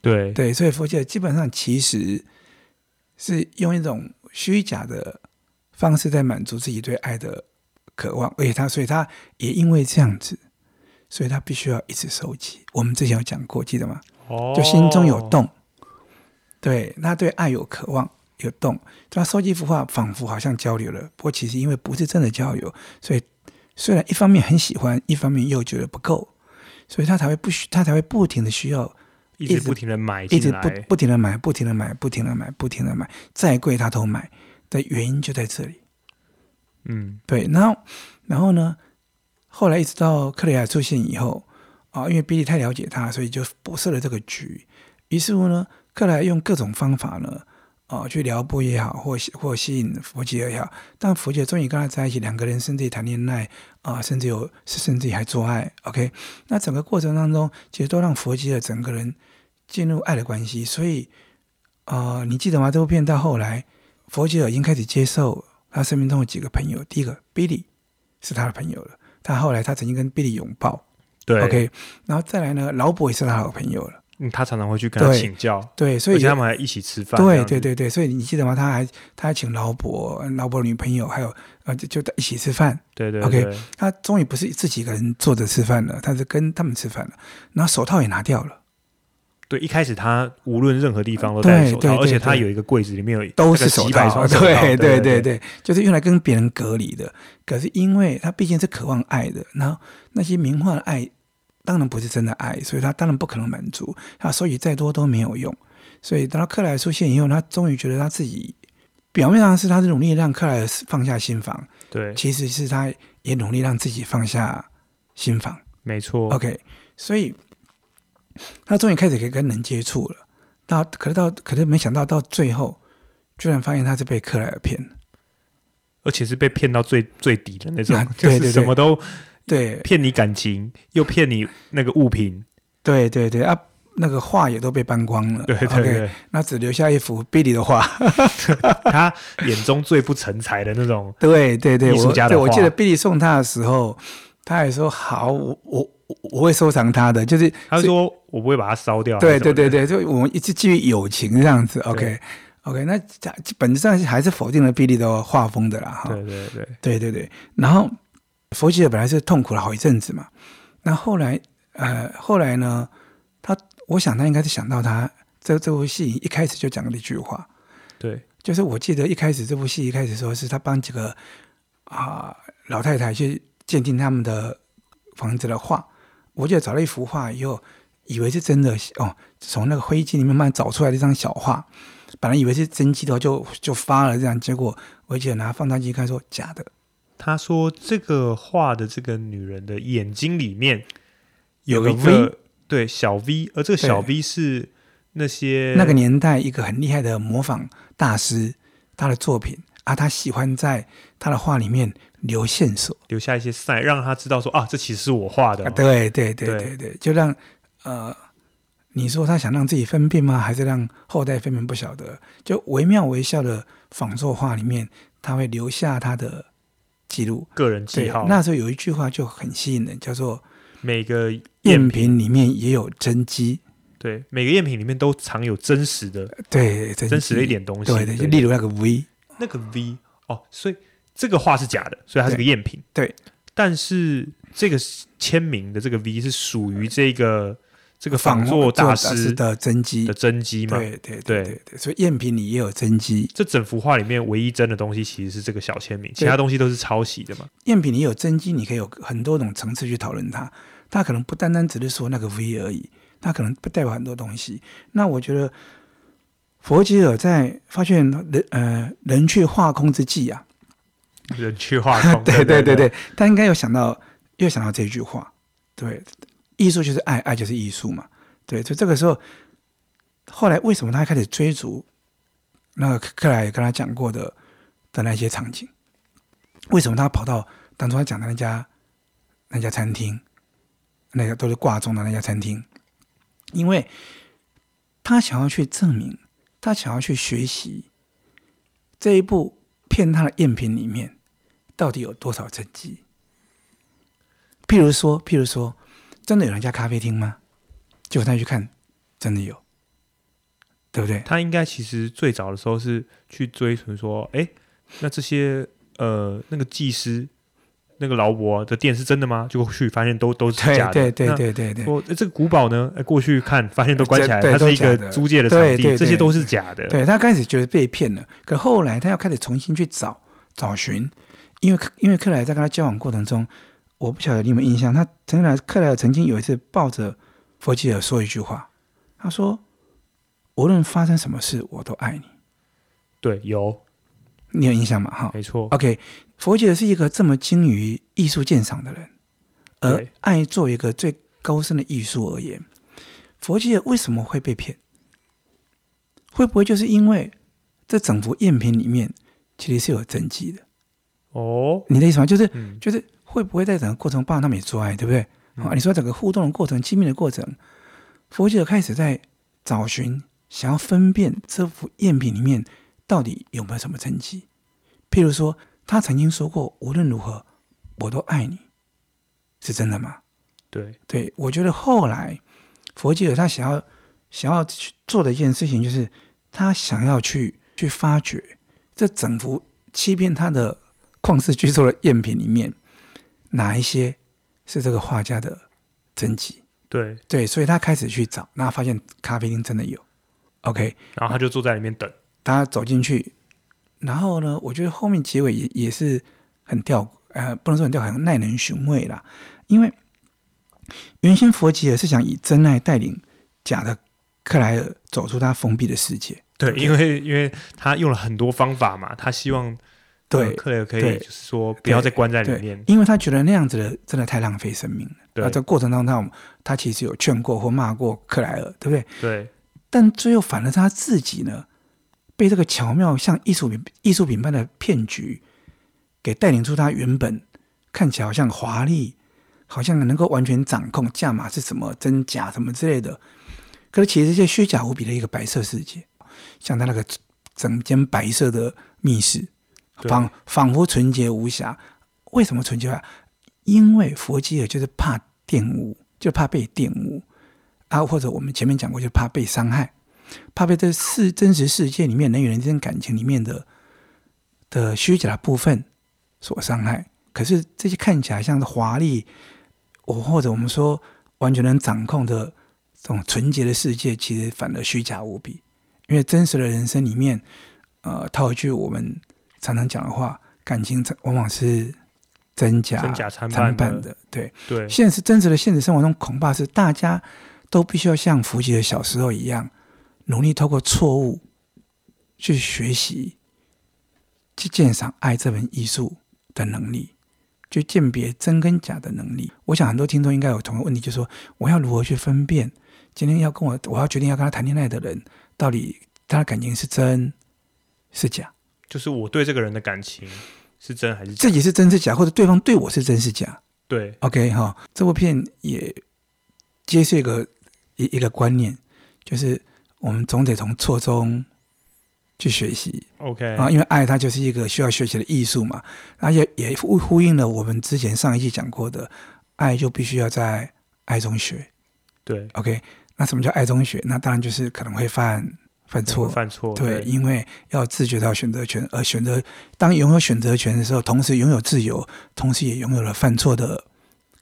Speaker 1: 对
Speaker 2: 对，所以佛教基本上其实是用一种虚假的方式在满足自己对爱的渴望，而且他，所以他也因为这样子，所以他必须要一直收集。我们之前有讲过，记得吗？
Speaker 1: 哦，
Speaker 2: 就心中有动，对他对爱有渴望。有动，他收集一幅画，仿佛好像交流了，不过其实因为不是真的交流，所以虽然一方面很喜欢，一方面又觉得不够，所以他才会不需，他才会不停的需要
Speaker 1: 一直
Speaker 2: 一直
Speaker 1: 不停的买
Speaker 2: 一
Speaker 1: 进
Speaker 2: 直不
Speaker 1: 来，
Speaker 2: 不停的买，不停的买，不停的买，不停的买，再贵他都买的原因就在这里。
Speaker 1: 嗯，
Speaker 2: 对，然后然后呢，后来一直到克雷亚出现以后啊，因为比利太了解他，所以就布设了这个局。于是乎呢，克莱用各种方法呢，啊，去撩拨也好，或吸或吸引佛吉尔也好，但佛吉尔终于跟他在一起，两个人甚至谈恋爱啊，甚至有甚至还做爱。OK，那整个过程当中，其实都让佛吉尔整个人进入爱的关系。所以，啊，你记得吗？这部片到后来，佛吉尔已经开始接受他生命中有几个朋友，第一个 Billy 是他的朋友了，但后来他曾经跟 Billy 拥抱
Speaker 1: 对
Speaker 2: ，OK，然后再来呢，劳勃也是他的好朋友了，
Speaker 1: 嗯他常常会去跟他
Speaker 2: 对
Speaker 1: 请教，
Speaker 2: 对，所
Speaker 1: 而
Speaker 2: 以
Speaker 1: 且他们还一起吃饭，这
Speaker 2: 对
Speaker 1: 样子
Speaker 2: 对，对对，所以你记得吗？他还他还请劳勃、劳勃的女朋友还有呃就就一起吃饭，
Speaker 1: 对对
Speaker 2: OK
Speaker 1: 对
Speaker 2: 他终于不是自己一个人坐着吃饭了，他是跟他们吃饭了，然后手套也拿掉了，
Speaker 1: 对，一开始他无论任何地方都戴着手
Speaker 2: 对对
Speaker 1: 套，
Speaker 2: 对
Speaker 1: 而且他
Speaker 2: 对
Speaker 1: 有一个柜子里面有
Speaker 2: 都
Speaker 1: 大概
Speaker 2: 是手
Speaker 1: 几百
Speaker 2: 套，
Speaker 1: 双手套，
Speaker 2: 对
Speaker 1: 对
Speaker 2: 对，对，就是用来跟别人隔离的。可是因为他毕竟是渴望爱的，然后那些名画的爱当然不是真的爱，所以他当然不可能满足，他收集再多都没有用。所以等到克莱尔出现以后，他终于觉得他自己表面上是他是努力让克莱尔放下心房，
Speaker 1: 对，
Speaker 2: 其实是他也努力让自己放下心房。
Speaker 1: 没错，
Speaker 2: OK，所以他终于开始可以跟人接触了。到可是到可是没想到到最后，居然发现他是被克莱尔骗了。
Speaker 1: 而且是被骗到最最底的那种，
Speaker 2: 啊
Speaker 1: 就
Speaker 2: 对对
Speaker 1: 是
Speaker 2: 对
Speaker 1: 什么都
Speaker 2: 对
Speaker 1: 骗你感情，又骗你那个物品，
Speaker 2: 对对对啊，那个画也都被搬光了，
Speaker 1: 对对
Speaker 2: o k
Speaker 1: 对，
Speaker 2: 那只留下一幅 Billy 的画。
Speaker 1: 他眼中最不成才的那种，
Speaker 2: 对对对，
Speaker 1: 艺术
Speaker 2: 我
Speaker 1: 家的
Speaker 2: 对我记
Speaker 1: 画
Speaker 2: 得 Billy 送他的时候，他还说好，我我我我会收藏他的，就是
Speaker 1: 他说我不会把它烧掉，
Speaker 2: 对
Speaker 1: 还是什
Speaker 2: 对
Speaker 1: 啊么的
Speaker 2: 对对，就我们一直基于友情这样子，OK。OK，那这本质上还是否定了比利的画风的啦，哈。
Speaker 1: 对对对，
Speaker 2: 对对对，然后佛吉尔本来是痛苦了好一阵子嘛，那后来呃后来呢，他我想他应该是想到他这这部戏一开始就讲了一句话，
Speaker 1: 对
Speaker 2: 就是我记得一开始这部戏一开始说是他帮几个啊、老太太去鉴定他们的房子的画，我记得找了一幅画以后，以为是真的哦，从那个灰烬里面慢慢找出来的一张小画，本来以为是真迹的话就就发了这样，结果我记得拿放大镜一看说假的。
Speaker 1: 他说这个画的这个女人的眼睛里面
Speaker 2: 有
Speaker 1: 一
Speaker 2: 个 V，
Speaker 1: 个对小 V，而这个小 V 是那些
Speaker 2: 那个年代一个很厉害的模仿大师，他的作品啊，他喜欢在他的画里面留线索
Speaker 1: 留下一些 sign，让他知道说啊，这其实是我画的
Speaker 2: 啊，
Speaker 1: 哦、
Speaker 2: 对对对
Speaker 1: 对
Speaker 2: 对对，就让呃，你说他想让自己分辨吗？还是让后代分辨？不晓得，就惟妙惟肖的仿作画里面，他会留下他的记录。
Speaker 1: 个人
Speaker 2: 对
Speaker 1: 记号，。
Speaker 2: 那时候有一句话就很吸引人，叫做
Speaker 1: 每个
Speaker 2: “赝品里面也有真机
Speaker 1: 对每个赝品里面都藏有真实的”，
Speaker 2: 对，真
Speaker 1: 真实的一
Speaker 2: 机，
Speaker 1: 点东西，
Speaker 2: 对对，就例如那个 V，
Speaker 1: 那个 V 哦，所以这个画是假的，所以它是个赝品。
Speaker 2: 对，
Speaker 1: 但是这个签名的这个 V 是属于这个这个仿作
Speaker 2: 作
Speaker 1: 大
Speaker 2: 师
Speaker 1: 师
Speaker 2: 的真机
Speaker 1: 的，真迹嘛？
Speaker 2: 对对
Speaker 1: 对
Speaker 2: 对对对，所以赝品里也有真机，
Speaker 1: 这整幅画里面唯一真的东西其实是这个小签名，其
Speaker 2: 对
Speaker 1: 他东西都是抄袭的 嘛？
Speaker 2: 赝品里有真机，你可以有很多种层次去讨论它。它可能不单单只是说那个 V 而已，它可能不代表很多东西。那我觉得佛吉尔在发现人呃人去画空之际啊，
Speaker 1: 人去画 空，
Speaker 2: 对
Speaker 1: 对
Speaker 2: 对对对，他应该有想到，又想到这句话，对，艺术就是爱，爱就是艺术嘛，对，就这个时候，后来为什么他开始追逐那个克克莱也跟他讲过的的那些场景？为什么他跑到当初他讲的那家那家餐厅，那个都是挂钟的那家餐厅？因为他想要去证明，他想要去学习这一部骗他的赝品里面到底有多少成绩？譬如说，譬如说，真的有人家咖啡厅吗？结果他去看，真的有，对不对？
Speaker 1: 他应该其实最早的时候是去追寻说，哎，那这些呃那个技师那个劳勃的店是真的吗？结果去发现都都是
Speaker 2: 对
Speaker 1: 假的。
Speaker 2: 对
Speaker 1: 那
Speaker 2: 对对对对
Speaker 1: 说、诶这个古堡呢，诶过去看发现都关起来，
Speaker 2: 对
Speaker 1: 它是
Speaker 2: 对
Speaker 1: 一个
Speaker 2: 都假的
Speaker 1: 租借的场
Speaker 2: 对对
Speaker 1: 地，
Speaker 2: 对
Speaker 1: 这些都是假的。
Speaker 2: 对，他开始觉得被骗了，可后来他要开始重新去找找寻，因为克因为克莱在跟他交往过程中，我不晓得你有没有印象，他曾来克莱尔曾经有一次抱着佛吉尔说一句话，他说：“无论发生什么事，我都爱你。
Speaker 1: 对，有”
Speaker 2: 哦你有印象吗？哈，
Speaker 1: 没错，
Speaker 2: OK，佛吉尔是一个这么精于艺术鉴赏的人，而
Speaker 1: 对
Speaker 2: 爱做一个最高深的艺术而言，佛吉尔为什么会被骗？会不会就是因为这整幅赝品里面其实是有真迹的？
Speaker 1: 哦，
Speaker 2: 你的意思吗？就是
Speaker 1: 嗯，
Speaker 2: 就是会不会在整个过程，包括他们也做爱，对不对？
Speaker 1: 嗯
Speaker 2: 啊，你说整个互动的过程、亲密的过程，佛吉尔开始在找寻，想要分辨这幅赝品里面到底有没有什么真迹。譬如说，他曾经说过“无论如何，我都爱你”，是真的吗？
Speaker 1: 对，
Speaker 2: 对，我觉得后来佛吉尔他想要想要去做的一件事情，就是他想要去去发掘这整幅欺骗他的旷世巨作的赝品里面，哪一些是这个画家的真迹。
Speaker 1: 对，
Speaker 2: 对，所以他开始去找，那发现咖啡厅真的有。OK，
Speaker 1: 然后他就坐在里面等，
Speaker 2: 他走进去，然后呢，我觉得后面结尾也也是很吊，呃，不能说很吊，很耐人寻味啦。因为原先佛吉尔是想以真爱带领假的克莱尔走出他封闭的世界，
Speaker 1: 对，因为因为他用了很多方法嘛，他希望呃
Speaker 2: 对
Speaker 1: 克雷尔可以
Speaker 2: 对
Speaker 1: 就是说不要再关在里
Speaker 2: 对
Speaker 1: 面，，
Speaker 2: 因为他觉得那样子的真的太浪费生命了。
Speaker 1: 对
Speaker 2: 那这过程当中他，他其实有劝过或骂过克莱尔，对不对？
Speaker 1: 对
Speaker 2: 但最后反而是他自己呢，被这个巧妙像艺术品艺术品般的骗局给带领出他原本看起来好像华丽，好像能够完全掌控价码是什么真假什么之类的，可是其实是虚假无比的一个白色世界，像他那个整间白色的密室，
Speaker 1: 对
Speaker 2: 仿仿佛纯洁无瑕。为什么纯洁无瑕？因为佛基尔就是怕玷污，就怕被玷污啊，或者我们前面讲过，就怕被伤害，怕被这世真实世界里面人与人之间感情里面的的虚假的部分所伤害。可是这些看起来像是华丽，我或者我们说完全能掌控的这种纯洁的世界，其实反而虚假无比。因为真实的人生里面，呃，套一句我们常常讲的话，感情往往是真假
Speaker 1: 真假参
Speaker 2: 参
Speaker 1: 半
Speaker 2: 半
Speaker 1: 的，
Speaker 2: 的。对，
Speaker 1: 对，
Speaker 2: 现实真实的现实生活中，恐怕是大家都必须要像福吉的小时候一样，努力透过错误去学习，去鉴赏爱这门艺术的能力，去鉴别真跟假的能力。我想很多听众应该有同样的问题，就是说我要如何去分辨今天要跟我我要决定要跟他谈恋爱的人，到底他的感情是真是假？
Speaker 1: 就是我对这个人的感情是真还是假？
Speaker 2: 自己是真是假，或者对方对我是真是假？
Speaker 1: 对，
Speaker 2: OK 哈，这部片也揭示一个一一个观念，就是我们总得从错中去学习
Speaker 1: OK，、
Speaker 2: 啊，因为爱它就是一个需要学习的艺术嘛，而且也呼呼应了我们之前上一期讲过的，爱就必须要在爱中学。
Speaker 1: 对，
Speaker 2: OK，那什么叫爱中学？那当然就是可能会犯犯错
Speaker 1: 会，犯错，
Speaker 2: 对，因为要自觉到选择权，而选择当拥有选择权的时候，同时拥有自由，同时也拥有了犯错的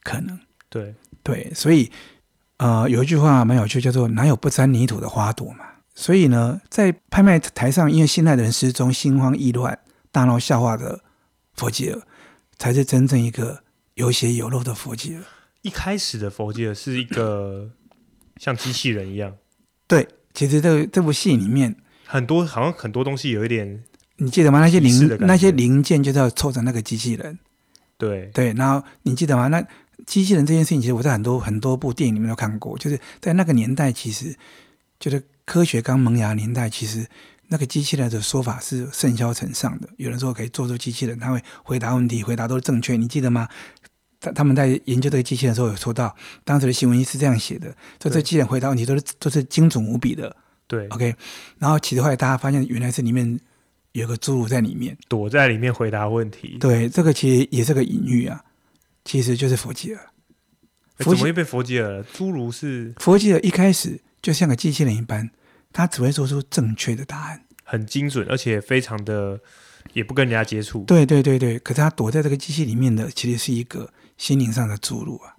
Speaker 2: 可能。
Speaker 1: 对，
Speaker 2: 对，所以呃，有一句话蛮有趣，叫做“哪有不沾泥土的花朵”嘛。所以呢，在拍卖台上，因为心爱的人失踪，心慌意乱，大闹笑话的佛吉尔，才是真正一个有血有肉的佛吉尔。
Speaker 1: 一开始的佛吉尔是一 个像机器人一样，
Speaker 2: 对，其实这个这部戏里面，
Speaker 1: 很多好像很多东西有一点
Speaker 2: 你记得吗？那些
Speaker 1: 仪式的
Speaker 2: 零
Speaker 1: 感觉
Speaker 2: 那些零件就是要凑成那个机器人。
Speaker 1: 对
Speaker 2: 对，然后你记得吗？那机器人这件事情，其实我在很多很多部电影里面都看过，就是在那个年代，其实就是科学刚萌芽的年代，其实那个机器人的说法是甚嚣尘上的。有人说可以做出机器人，他会回答问题，回答都是正确，你记得吗？他他们在研究这个机器人的时候有说到，当时的新闻是这样写的，说这
Speaker 1: 对
Speaker 2: 机器人回答问题都是都是精准无比的。
Speaker 1: 对，
Speaker 2: OK，然后其实后来大家发现，原来是里面有个侏儒在里面。
Speaker 1: 躲在里面回答问题，
Speaker 2: 对，这个其实也是个隐喻啊，其实就是佛啊吉尔。
Speaker 1: 诶
Speaker 2: 佛
Speaker 1: 哎怎
Speaker 2: 吉
Speaker 1: 么会被佛吉尔了？侏儒是
Speaker 2: 佛吉尔一开始就像个机器人一般，他只会说出正确的答案。
Speaker 1: 很精准，而且非常的也不跟人家接触，
Speaker 2: 对对对对，可是他躲在这个机器里面的，其实是一个心灵上的注入啊，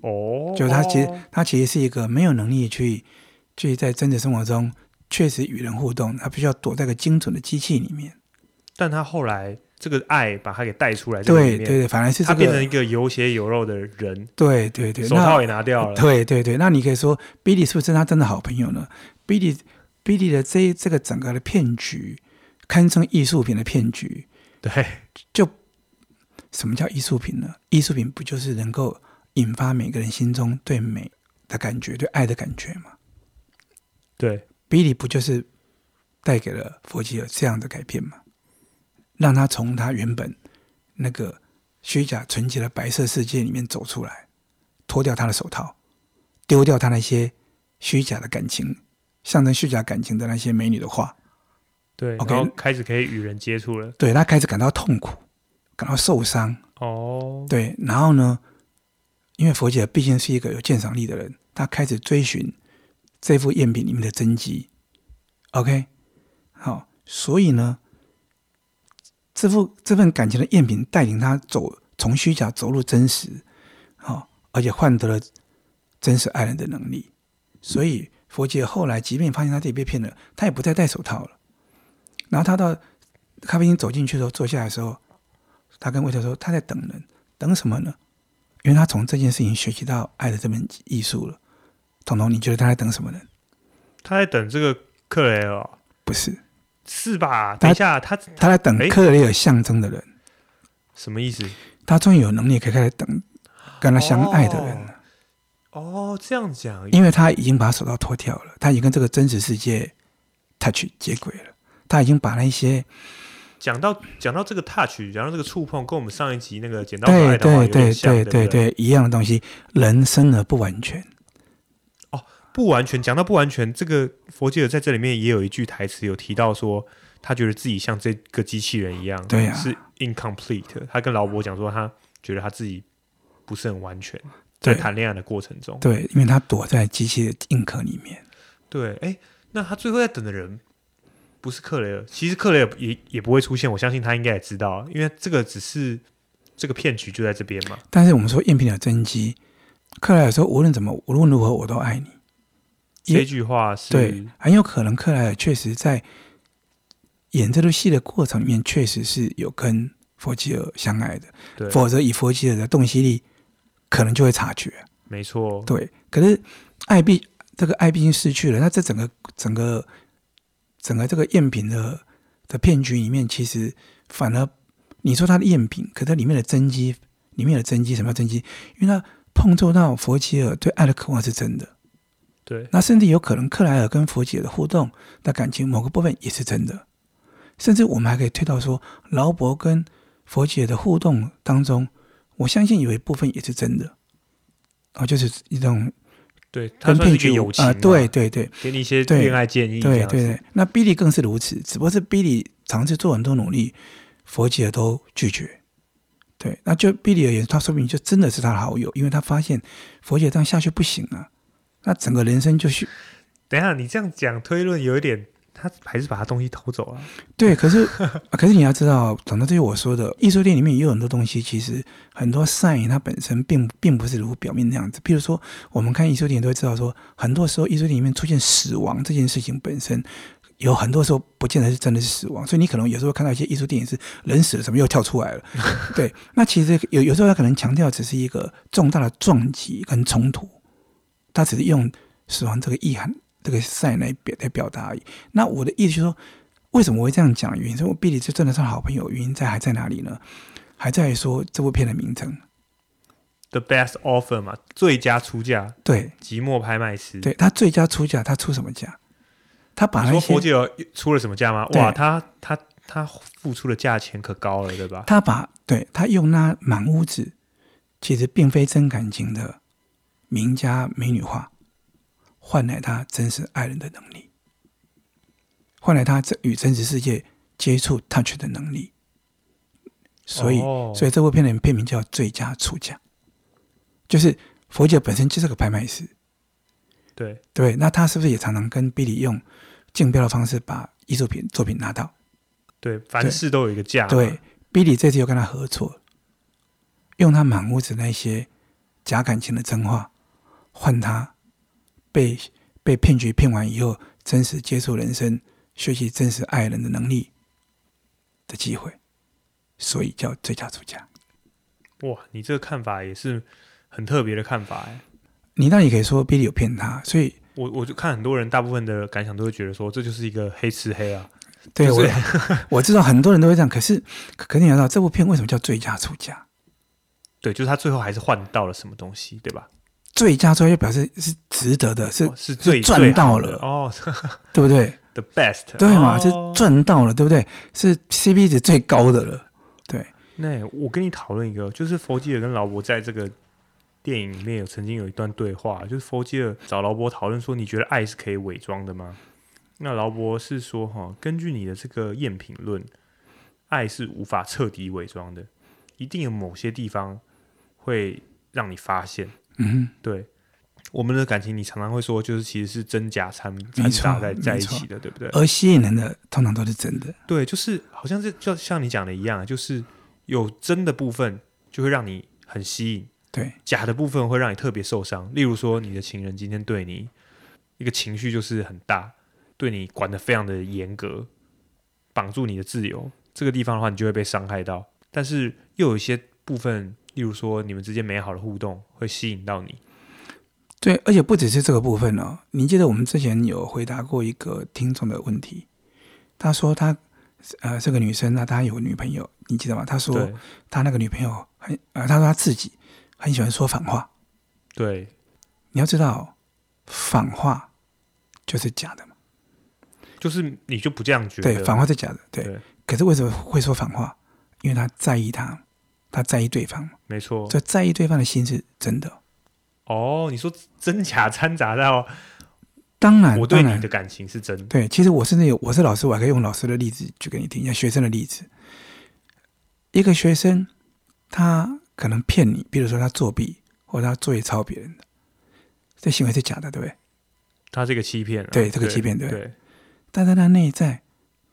Speaker 1: 哦，
Speaker 2: 就是他其实
Speaker 1: 哦
Speaker 2: 他其实是一个没有能力去去在真实生活中确实与人互动，他必须要躲在个精准的机器里面。
Speaker 1: 但他后来这个爱把他给带出来，这个里
Speaker 2: 对对
Speaker 1: 面
Speaker 2: 对，反而是这
Speaker 1: 他变成
Speaker 2: 个
Speaker 1: 一个有血有肉的人，
Speaker 2: 对对对，
Speaker 1: 手
Speaker 2: 那
Speaker 1: 套也拿掉了，
Speaker 2: 对对对，那你可以说，Billy 是不是他真的好朋友呢？Billy Billy 的这这个整个的骗局，堪称艺术品的骗局。
Speaker 1: 对
Speaker 2: 什么叫艺术品呢？艺术品不就是能够引发每个人心中对美的感觉、对爱的感觉吗
Speaker 1: 对
Speaker 2: ？Billy 不就是带给了佛吉尔这样的改变吗？让他从他原本那个虚假纯洁的白色世界里面走出来，脱掉他的手套，丢掉他那些虚假的感情，象征虚假感情的那些美女的画，
Speaker 1: 对，
Speaker 2: OK
Speaker 1: 然后开始可以与人接触了，
Speaker 2: 对他开始感到痛苦，感到受伤，
Speaker 1: 哦，
Speaker 2: 对，然后呢，因为佛姐毕竟是一个有鉴赏力的人，她开始追寻这幅赝品里面的真迹。OK，好，所以呢，这幅这份感情的赝品带领他走从虚假走入真实，好、而且换得了真实爱人的能力。所以佛姐后来，即便发现他自己被骗了，他也不再戴手套了。然后他到咖啡厅走进去的时候，坐下来的时候，他跟魏特说他在等人，等什么呢？因为他从这件事情学习到爱的这门艺术了。彤彤，你觉得他在等什么呢？
Speaker 1: 他在等这个克雷尔哦，
Speaker 2: 不是，
Speaker 1: 是吧？等一下，他
Speaker 2: 他在等
Speaker 1: 诶
Speaker 2: 克雷尔象征的人。
Speaker 1: 什么意思？
Speaker 2: 他终于有能力可以开始等跟他相爱的人了，
Speaker 1: 哦，这样讲，
Speaker 2: 因为他已经把手套脱掉了，他已经跟这个真实世界 touch 接轨了，他已经把那些
Speaker 1: 讲到讲到这个 touch，讲到这个触碰，跟我们上一集那个剪刀手爱的话
Speaker 2: 对对
Speaker 1: 有点
Speaker 2: 对
Speaker 1: 像，
Speaker 2: 对
Speaker 1: 不
Speaker 2: 对对，一样的东西，人生而不完全。
Speaker 1: 不完全，讲到不完全，这个佛吉尔在这里面也有一句台词有提到说，他觉得自己像这个机器人一样，
Speaker 2: 对啊
Speaker 1: 是 incomplete。他跟劳勃讲说，他觉得他自己不是很完全，在
Speaker 2: 对
Speaker 1: 谈恋爱的过程中，
Speaker 2: 对，因为他躲在机器的硬壳里面。
Speaker 1: 对，哎，那他最后在等的人不是克雷尔，其实克雷尔也也不会出现，我相信他应该也知道，因为这个只是这个骗局就在这边嘛。
Speaker 2: 但是我们说赝品的真机，克莱尔说无论怎么无论如何我都爱你。也
Speaker 1: 这句话是
Speaker 2: 对，很有可能克莱尔确实在演这部戏的过程里面，确实是有跟佛吉尔相爱的，
Speaker 1: 对
Speaker 2: 否则以佛吉尔的洞悉力，可能就会察觉。
Speaker 1: 没错，
Speaker 2: 对，可是艾毕这个艾毕竟失去了，那这整个整个整个这个赝品的的骗局里面，其实反而你说它的赝品，可它里面的真机，里面的真机什么叫真机？因为它碰触到佛吉尔对爱的渴望是真的，
Speaker 1: 对
Speaker 2: 那甚至有可能克莱尔跟佛吉尔的互动的感情某个部分也是真的，甚至我们还可以推到说，劳勃跟佛吉尔的互动当中，我相信有一部分也是真的，哦，就是一种
Speaker 1: 对，他算
Speaker 2: 跟
Speaker 1: 是
Speaker 2: 骗
Speaker 1: 一个
Speaker 2: 局
Speaker 1: 友情
Speaker 2: 啊、
Speaker 1: 嘛
Speaker 2: 对，对对
Speaker 1: 给你一些
Speaker 2: 对
Speaker 1: 恋爱建议，这
Speaker 2: 对对
Speaker 1: 样子
Speaker 2: 对。那比利更是如此，只不过是比利尝试做很多努力，佛吉尔都拒绝。对，那就比利而言，他说明就真的是他的好友，因为他发现佛吉尔这样下去不行啊，那整个人生就是
Speaker 1: 等一下，你这样讲推论有一点，他还是把他东西偷走了。
Speaker 2: 对，可是啊可是你要知道，讲到这些我说的，艺术店里面也有很多东西，其实很多善意它本身并并不是如表面那样子。譬如说，我们看艺术店都会知道说，很多时候艺术店里面出现死亡这件事情本身。有很多时候不见得是真的是死亡，所以你可能有时候看到一些艺术电影是人死了，什么又跳出来了。对，那其实有有时候他可能强调只是一个重大的撞击跟冲突，他只是用死亡这个意涵这个善来表来表达而已。那我的意思就是说，为什么我会这样讲？原因是我毕利就真的是好朋友，原因在还在哪里呢？还在于说这部片的名称，
Speaker 1: The best offer 嘛，最佳出价，
Speaker 2: 对
Speaker 1: 寂寞拍卖师。，
Speaker 2: 对，他最佳出价，他出什么价？他把
Speaker 1: 你说
Speaker 2: 那些
Speaker 1: 佛吉尔出了什么价吗？
Speaker 2: 对
Speaker 1: 哇，他他他付出的价钱可高了，对吧？
Speaker 2: 他把对他用那满屋子其实并非真感情的名家美女画，换来他真实爱人的能力，换来他这与真实世界接触 touch 的能力。所以，
Speaker 1: 哦
Speaker 2: 所以这部片的片名叫《最佳出价》，就是佛姐本身就是个拍卖师，
Speaker 1: 对
Speaker 2: 对，那他是不是也常常跟比利用竞标的方式把艺术品作品拿到？
Speaker 1: 对，凡
Speaker 2: 对
Speaker 1: 事都有一个价。
Speaker 2: 对，，Billy 这次又跟他合作，用他满屋子那些假感情的真话，换他被被骗局骗完以后，真实接触人生、学习真实爱人的能力的机会，所以叫最佳出价。
Speaker 1: 哇，你这个看法也是很特别的看法哎。
Speaker 2: 你那也可以说 Billy 有骗他，所以
Speaker 1: 我我就看很多人，大部分的感想都会觉得说，这就是一个黑吃黑啊。
Speaker 2: 对
Speaker 1: 就
Speaker 2: 我
Speaker 1: 是
Speaker 2: 我 知道很多人都会这样，可是可可你要知道这部片为什么叫最佳出价？
Speaker 1: 对，就是他最后还是换到了什么东西，对吧？
Speaker 2: 最佳出价就表示是值得的，是
Speaker 1: 哦是最
Speaker 2: 赚
Speaker 1: 最好
Speaker 2: 到
Speaker 1: 的
Speaker 2: 了
Speaker 1: 哦
Speaker 2: 对不对？
Speaker 1: ，the best，
Speaker 2: 对嘛，
Speaker 1: 哦
Speaker 2: 是赚到了，对不对？是 CP 值最高的了，对
Speaker 1: 那我跟你讨论一个，就是佛吉尔跟劳勃在这个电影里面有曾经有一段对话，就是佛吉尔找劳勃讨论说，你觉得爱是可以伪装的吗？那劳勃是说，哈，根据你的这个赝品论，爱是无法彻底伪装的，一定有某些地方会让你发现。
Speaker 2: 嗯
Speaker 1: 对，我们的感情，你常常会说，就是其实是真假掺
Speaker 2: 没
Speaker 1: 掺
Speaker 2: 错
Speaker 1: 杂在在一
Speaker 2: 没错
Speaker 1: 起的，对不对
Speaker 2: 哼，？而吸引人的通常都是真的，
Speaker 1: 对，就是好像是就像你讲的一样，啊就是有真的部分就会让你很吸引，
Speaker 2: 对
Speaker 1: 假的部分会让你特别受伤。例如说，你的情人今天对你一个情绪就是很大，对你管得非常的严格，绑住你的自由，这个地方的话，你就会被伤害到。但是又有一些部分，例如说你们之间美好的互动会吸引到你。
Speaker 2: 对，而且不只是这个部分哦。你记得我们之前有回答过一个听众的问题，他说他呃这个女生，那她有女朋友，你记得吗？他说
Speaker 1: 对
Speaker 2: 他那个女朋友很呃，他说他自己很喜欢说反话，
Speaker 1: 对
Speaker 2: 你要知道反话就是假的嘛，
Speaker 1: 就是你就不这样觉得，
Speaker 2: 对，反话是假的，对。
Speaker 1: 对
Speaker 2: 可是为什么会说反话？因为他在意他，他在意对方，
Speaker 1: 没错。
Speaker 2: 所以在意对方的心是真的。
Speaker 1: 哦，你说真假掺杂到
Speaker 2: 当然，
Speaker 1: 我对
Speaker 2: 啊当
Speaker 1: 你
Speaker 2: 然
Speaker 1: 的感情是真的，
Speaker 2: 对，其实我甚至有我是老师，我还可以用老师的例子举给你听，一下学生的例子。一个学生他可能骗你，比如说他作弊，或者他作业抄别人的，这行为是假的，对不对？
Speaker 1: 他这个欺骗啊，
Speaker 2: 对这个欺骗对
Speaker 1: 对，
Speaker 2: 但在他内在，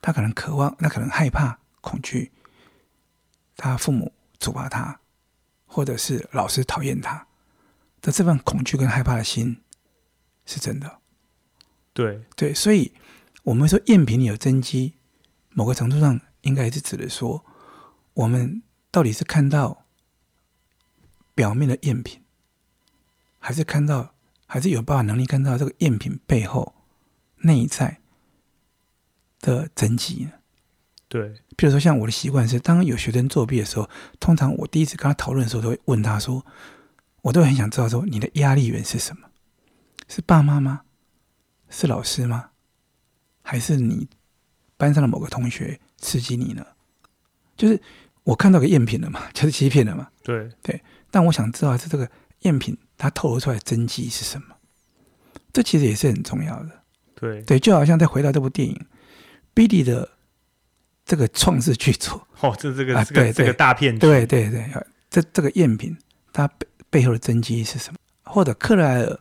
Speaker 2: 他可能渴望，他可能害怕、恐惧，他父母处罚他，或者是老师讨厌他的这份恐惧跟害怕的心是真的。
Speaker 1: 对，
Speaker 2: 对，所以我们说赝品有真机，某个程度上应该是指的说，我们到底是看到表面的赝品，还是看到，还是有办法能力看到这个赝品背后内在的真机呢？
Speaker 1: 对，
Speaker 2: 譬如说，像我的习惯是，当有学生作弊的时候，通常我第一次跟他讨论的时候，都会问他说，我都很想知道说你的压力源是什么？是爸妈吗？是老师吗？还是你班上的某个同学刺激你呢？就是我看到个赝品了嘛， 就是欺骗了嘛。
Speaker 1: 对，
Speaker 2: 但我想知道的是这个赝品它透露出来的真迹是什么？这其实也是很重要的。
Speaker 1: 对，
Speaker 2: 对，就好像再回到这部电影，Billy 的这个创世巨作，
Speaker 1: 哦，这这个
Speaker 2: 啊
Speaker 1: 这个
Speaker 2: 对
Speaker 1: 这个
Speaker 2: 对
Speaker 1: 大骗局，
Speaker 2: 对对对，呃这这个赝品它背背后的真机是什么？或者克莱尔，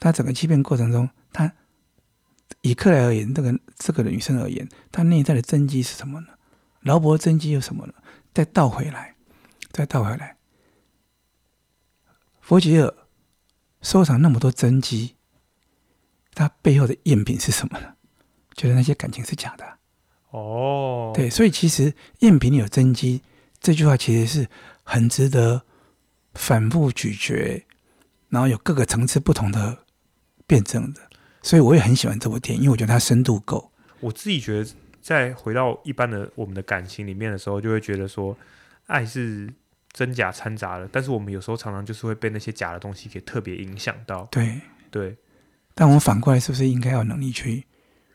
Speaker 2: 他整个欺骗过程中，他以克莱尔而言，这个这个女生而言，她内在的真机是什么呢？劳勃真机又什么呢？再倒回来，再倒回来，弗吉尔收藏那么多真机，他背后的赝品是什么呢？觉得那些感情是假的啊、
Speaker 1: 哦，
Speaker 2: 对，所以其实“赝品有真机”这句话其实是很值得反复咀嚼，然后有各个层次不同的辩证的。所以我也很喜欢这部电影，因为我觉得它深度够。
Speaker 1: 我自己觉得，在回到一般的我们的感情里面的时候，就会觉得说，爱是真假掺杂的，但是我们有时候常常就是会被那些假的东西给特别影响到。
Speaker 2: 对，
Speaker 1: 对
Speaker 2: 但我们反过来是不是应该要有能力去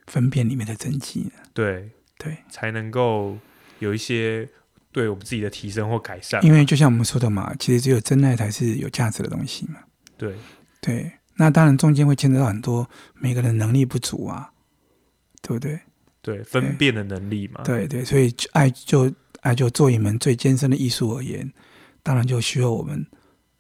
Speaker 2: 分辨里面的真机呢？
Speaker 1: 对，
Speaker 2: 对，
Speaker 1: 才能够有一些对我们自己的提升或改善。
Speaker 2: 因为就像我们说的嘛，其实只有真爱才是有价值的东西嘛。
Speaker 1: 对
Speaker 2: 对，那当然中间会牵扯到很多每个人能力不足啊，对不对？
Speaker 1: 对，分辨的能力嘛。
Speaker 2: 对对，所以就爱就爱就做一门最艰深的艺术而言，当然就需要我们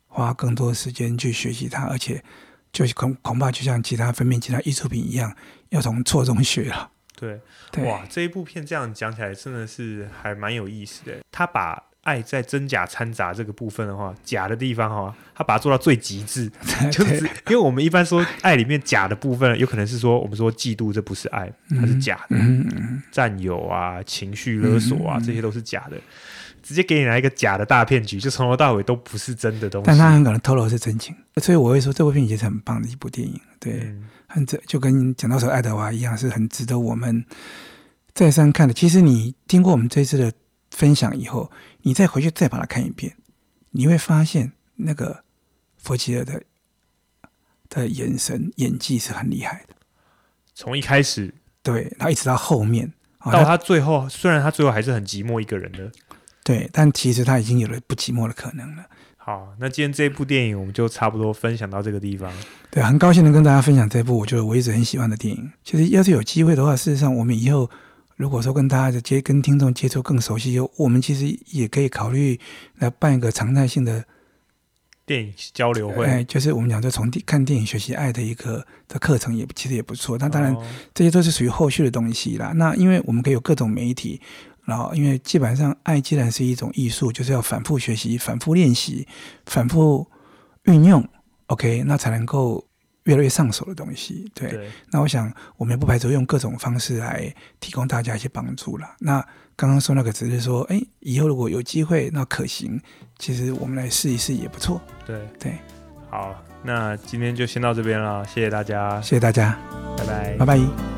Speaker 2: 花更多时间去学习它，而且就是恐恐怕就像其他分辨其他艺术品一样，要从错中学啊了。
Speaker 1: 对
Speaker 2: 对，
Speaker 1: 哇，这一部片这样讲起来真的是还蛮有意思的。他把爱在真假掺杂这个部分的话，假的地方哈，他把它做到最极 致。
Speaker 2: 对
Speaker 1: 就是因为我们一般说爱里面假的部分，有可能是说我们说嫉妒这不是爱，它是假的，
Speaker 2: 嗯嗯嗯，
Speaker 1: 占有啊、情绪勒索啊，
Speaker 2: 嗯嗯嗯
Speaker 1: 这些都是假的。直接给你来一个假的大骗局，就从头到尾都不是真的东西。嗯
Speaker 2: 但他很可能透露的是真情，所以我会说这部片其实很棒的一部电影。对，
Speaker 1: 嗯，
Speaker 2: 很值，就跟讲到说爱德华一样，是很值得我们再三看的。其实你经过我们这次的分享以后，你再回去再把它看一遍，你会发现那个佛吉尔的的眼神演技是很厉害的。
Speaker 1: 从一开始
Speaker 2: 对，然后一直到后面，啊，
Speaker 1: 到
Speaker 2: 他
Speaker 1: 他最后，虽然他最后还是很寂寞一个人的。
Speaker 2: 对，但其实他已经有了不寂寞的可能了。
Speaker 1: 好，那今天这部电影我们就差不多分享到这个地方。
Speaker 2: 对，很高兴能跟大家分享这部我觉得我一直很喜欢的电影。其实要是有机会的话，事实上我们以后如果说跟大家的接跟听众接触更熟悉，我们其实也可以考虑来办一个常态性的，
Speaker 1: 电影交流会，
Speaker 2: 哎，就是我们讲说从地看电影学习爱的一个的课程也其实也不错。那当然
Speaker 1: 哦
Speaker 2: 这些都是属于后续的东西啦。那因为我们可以有各种媒体，然后因为基本上爱既然是一种艺术，就是要反复学习、反复练习、反复运用，OK，那才能够越来越上手的东西。对，
Speaker 1: 对
Speaker 2: 那我想我们也不排除用各种方式来提供大家一些帮助啦。那刚刚说那个只是说，哎，以后如果有机会，那可行，其实我们来试一试也不错。
Speaker 1: 对
Speaker 2: 对，
Speaker 1: 好，那今天就先到这边了，谢谢大家，
Speaker 2: 谢谢大家，
Speaker 1: 拜拜
Speaker 2: 拜。拜。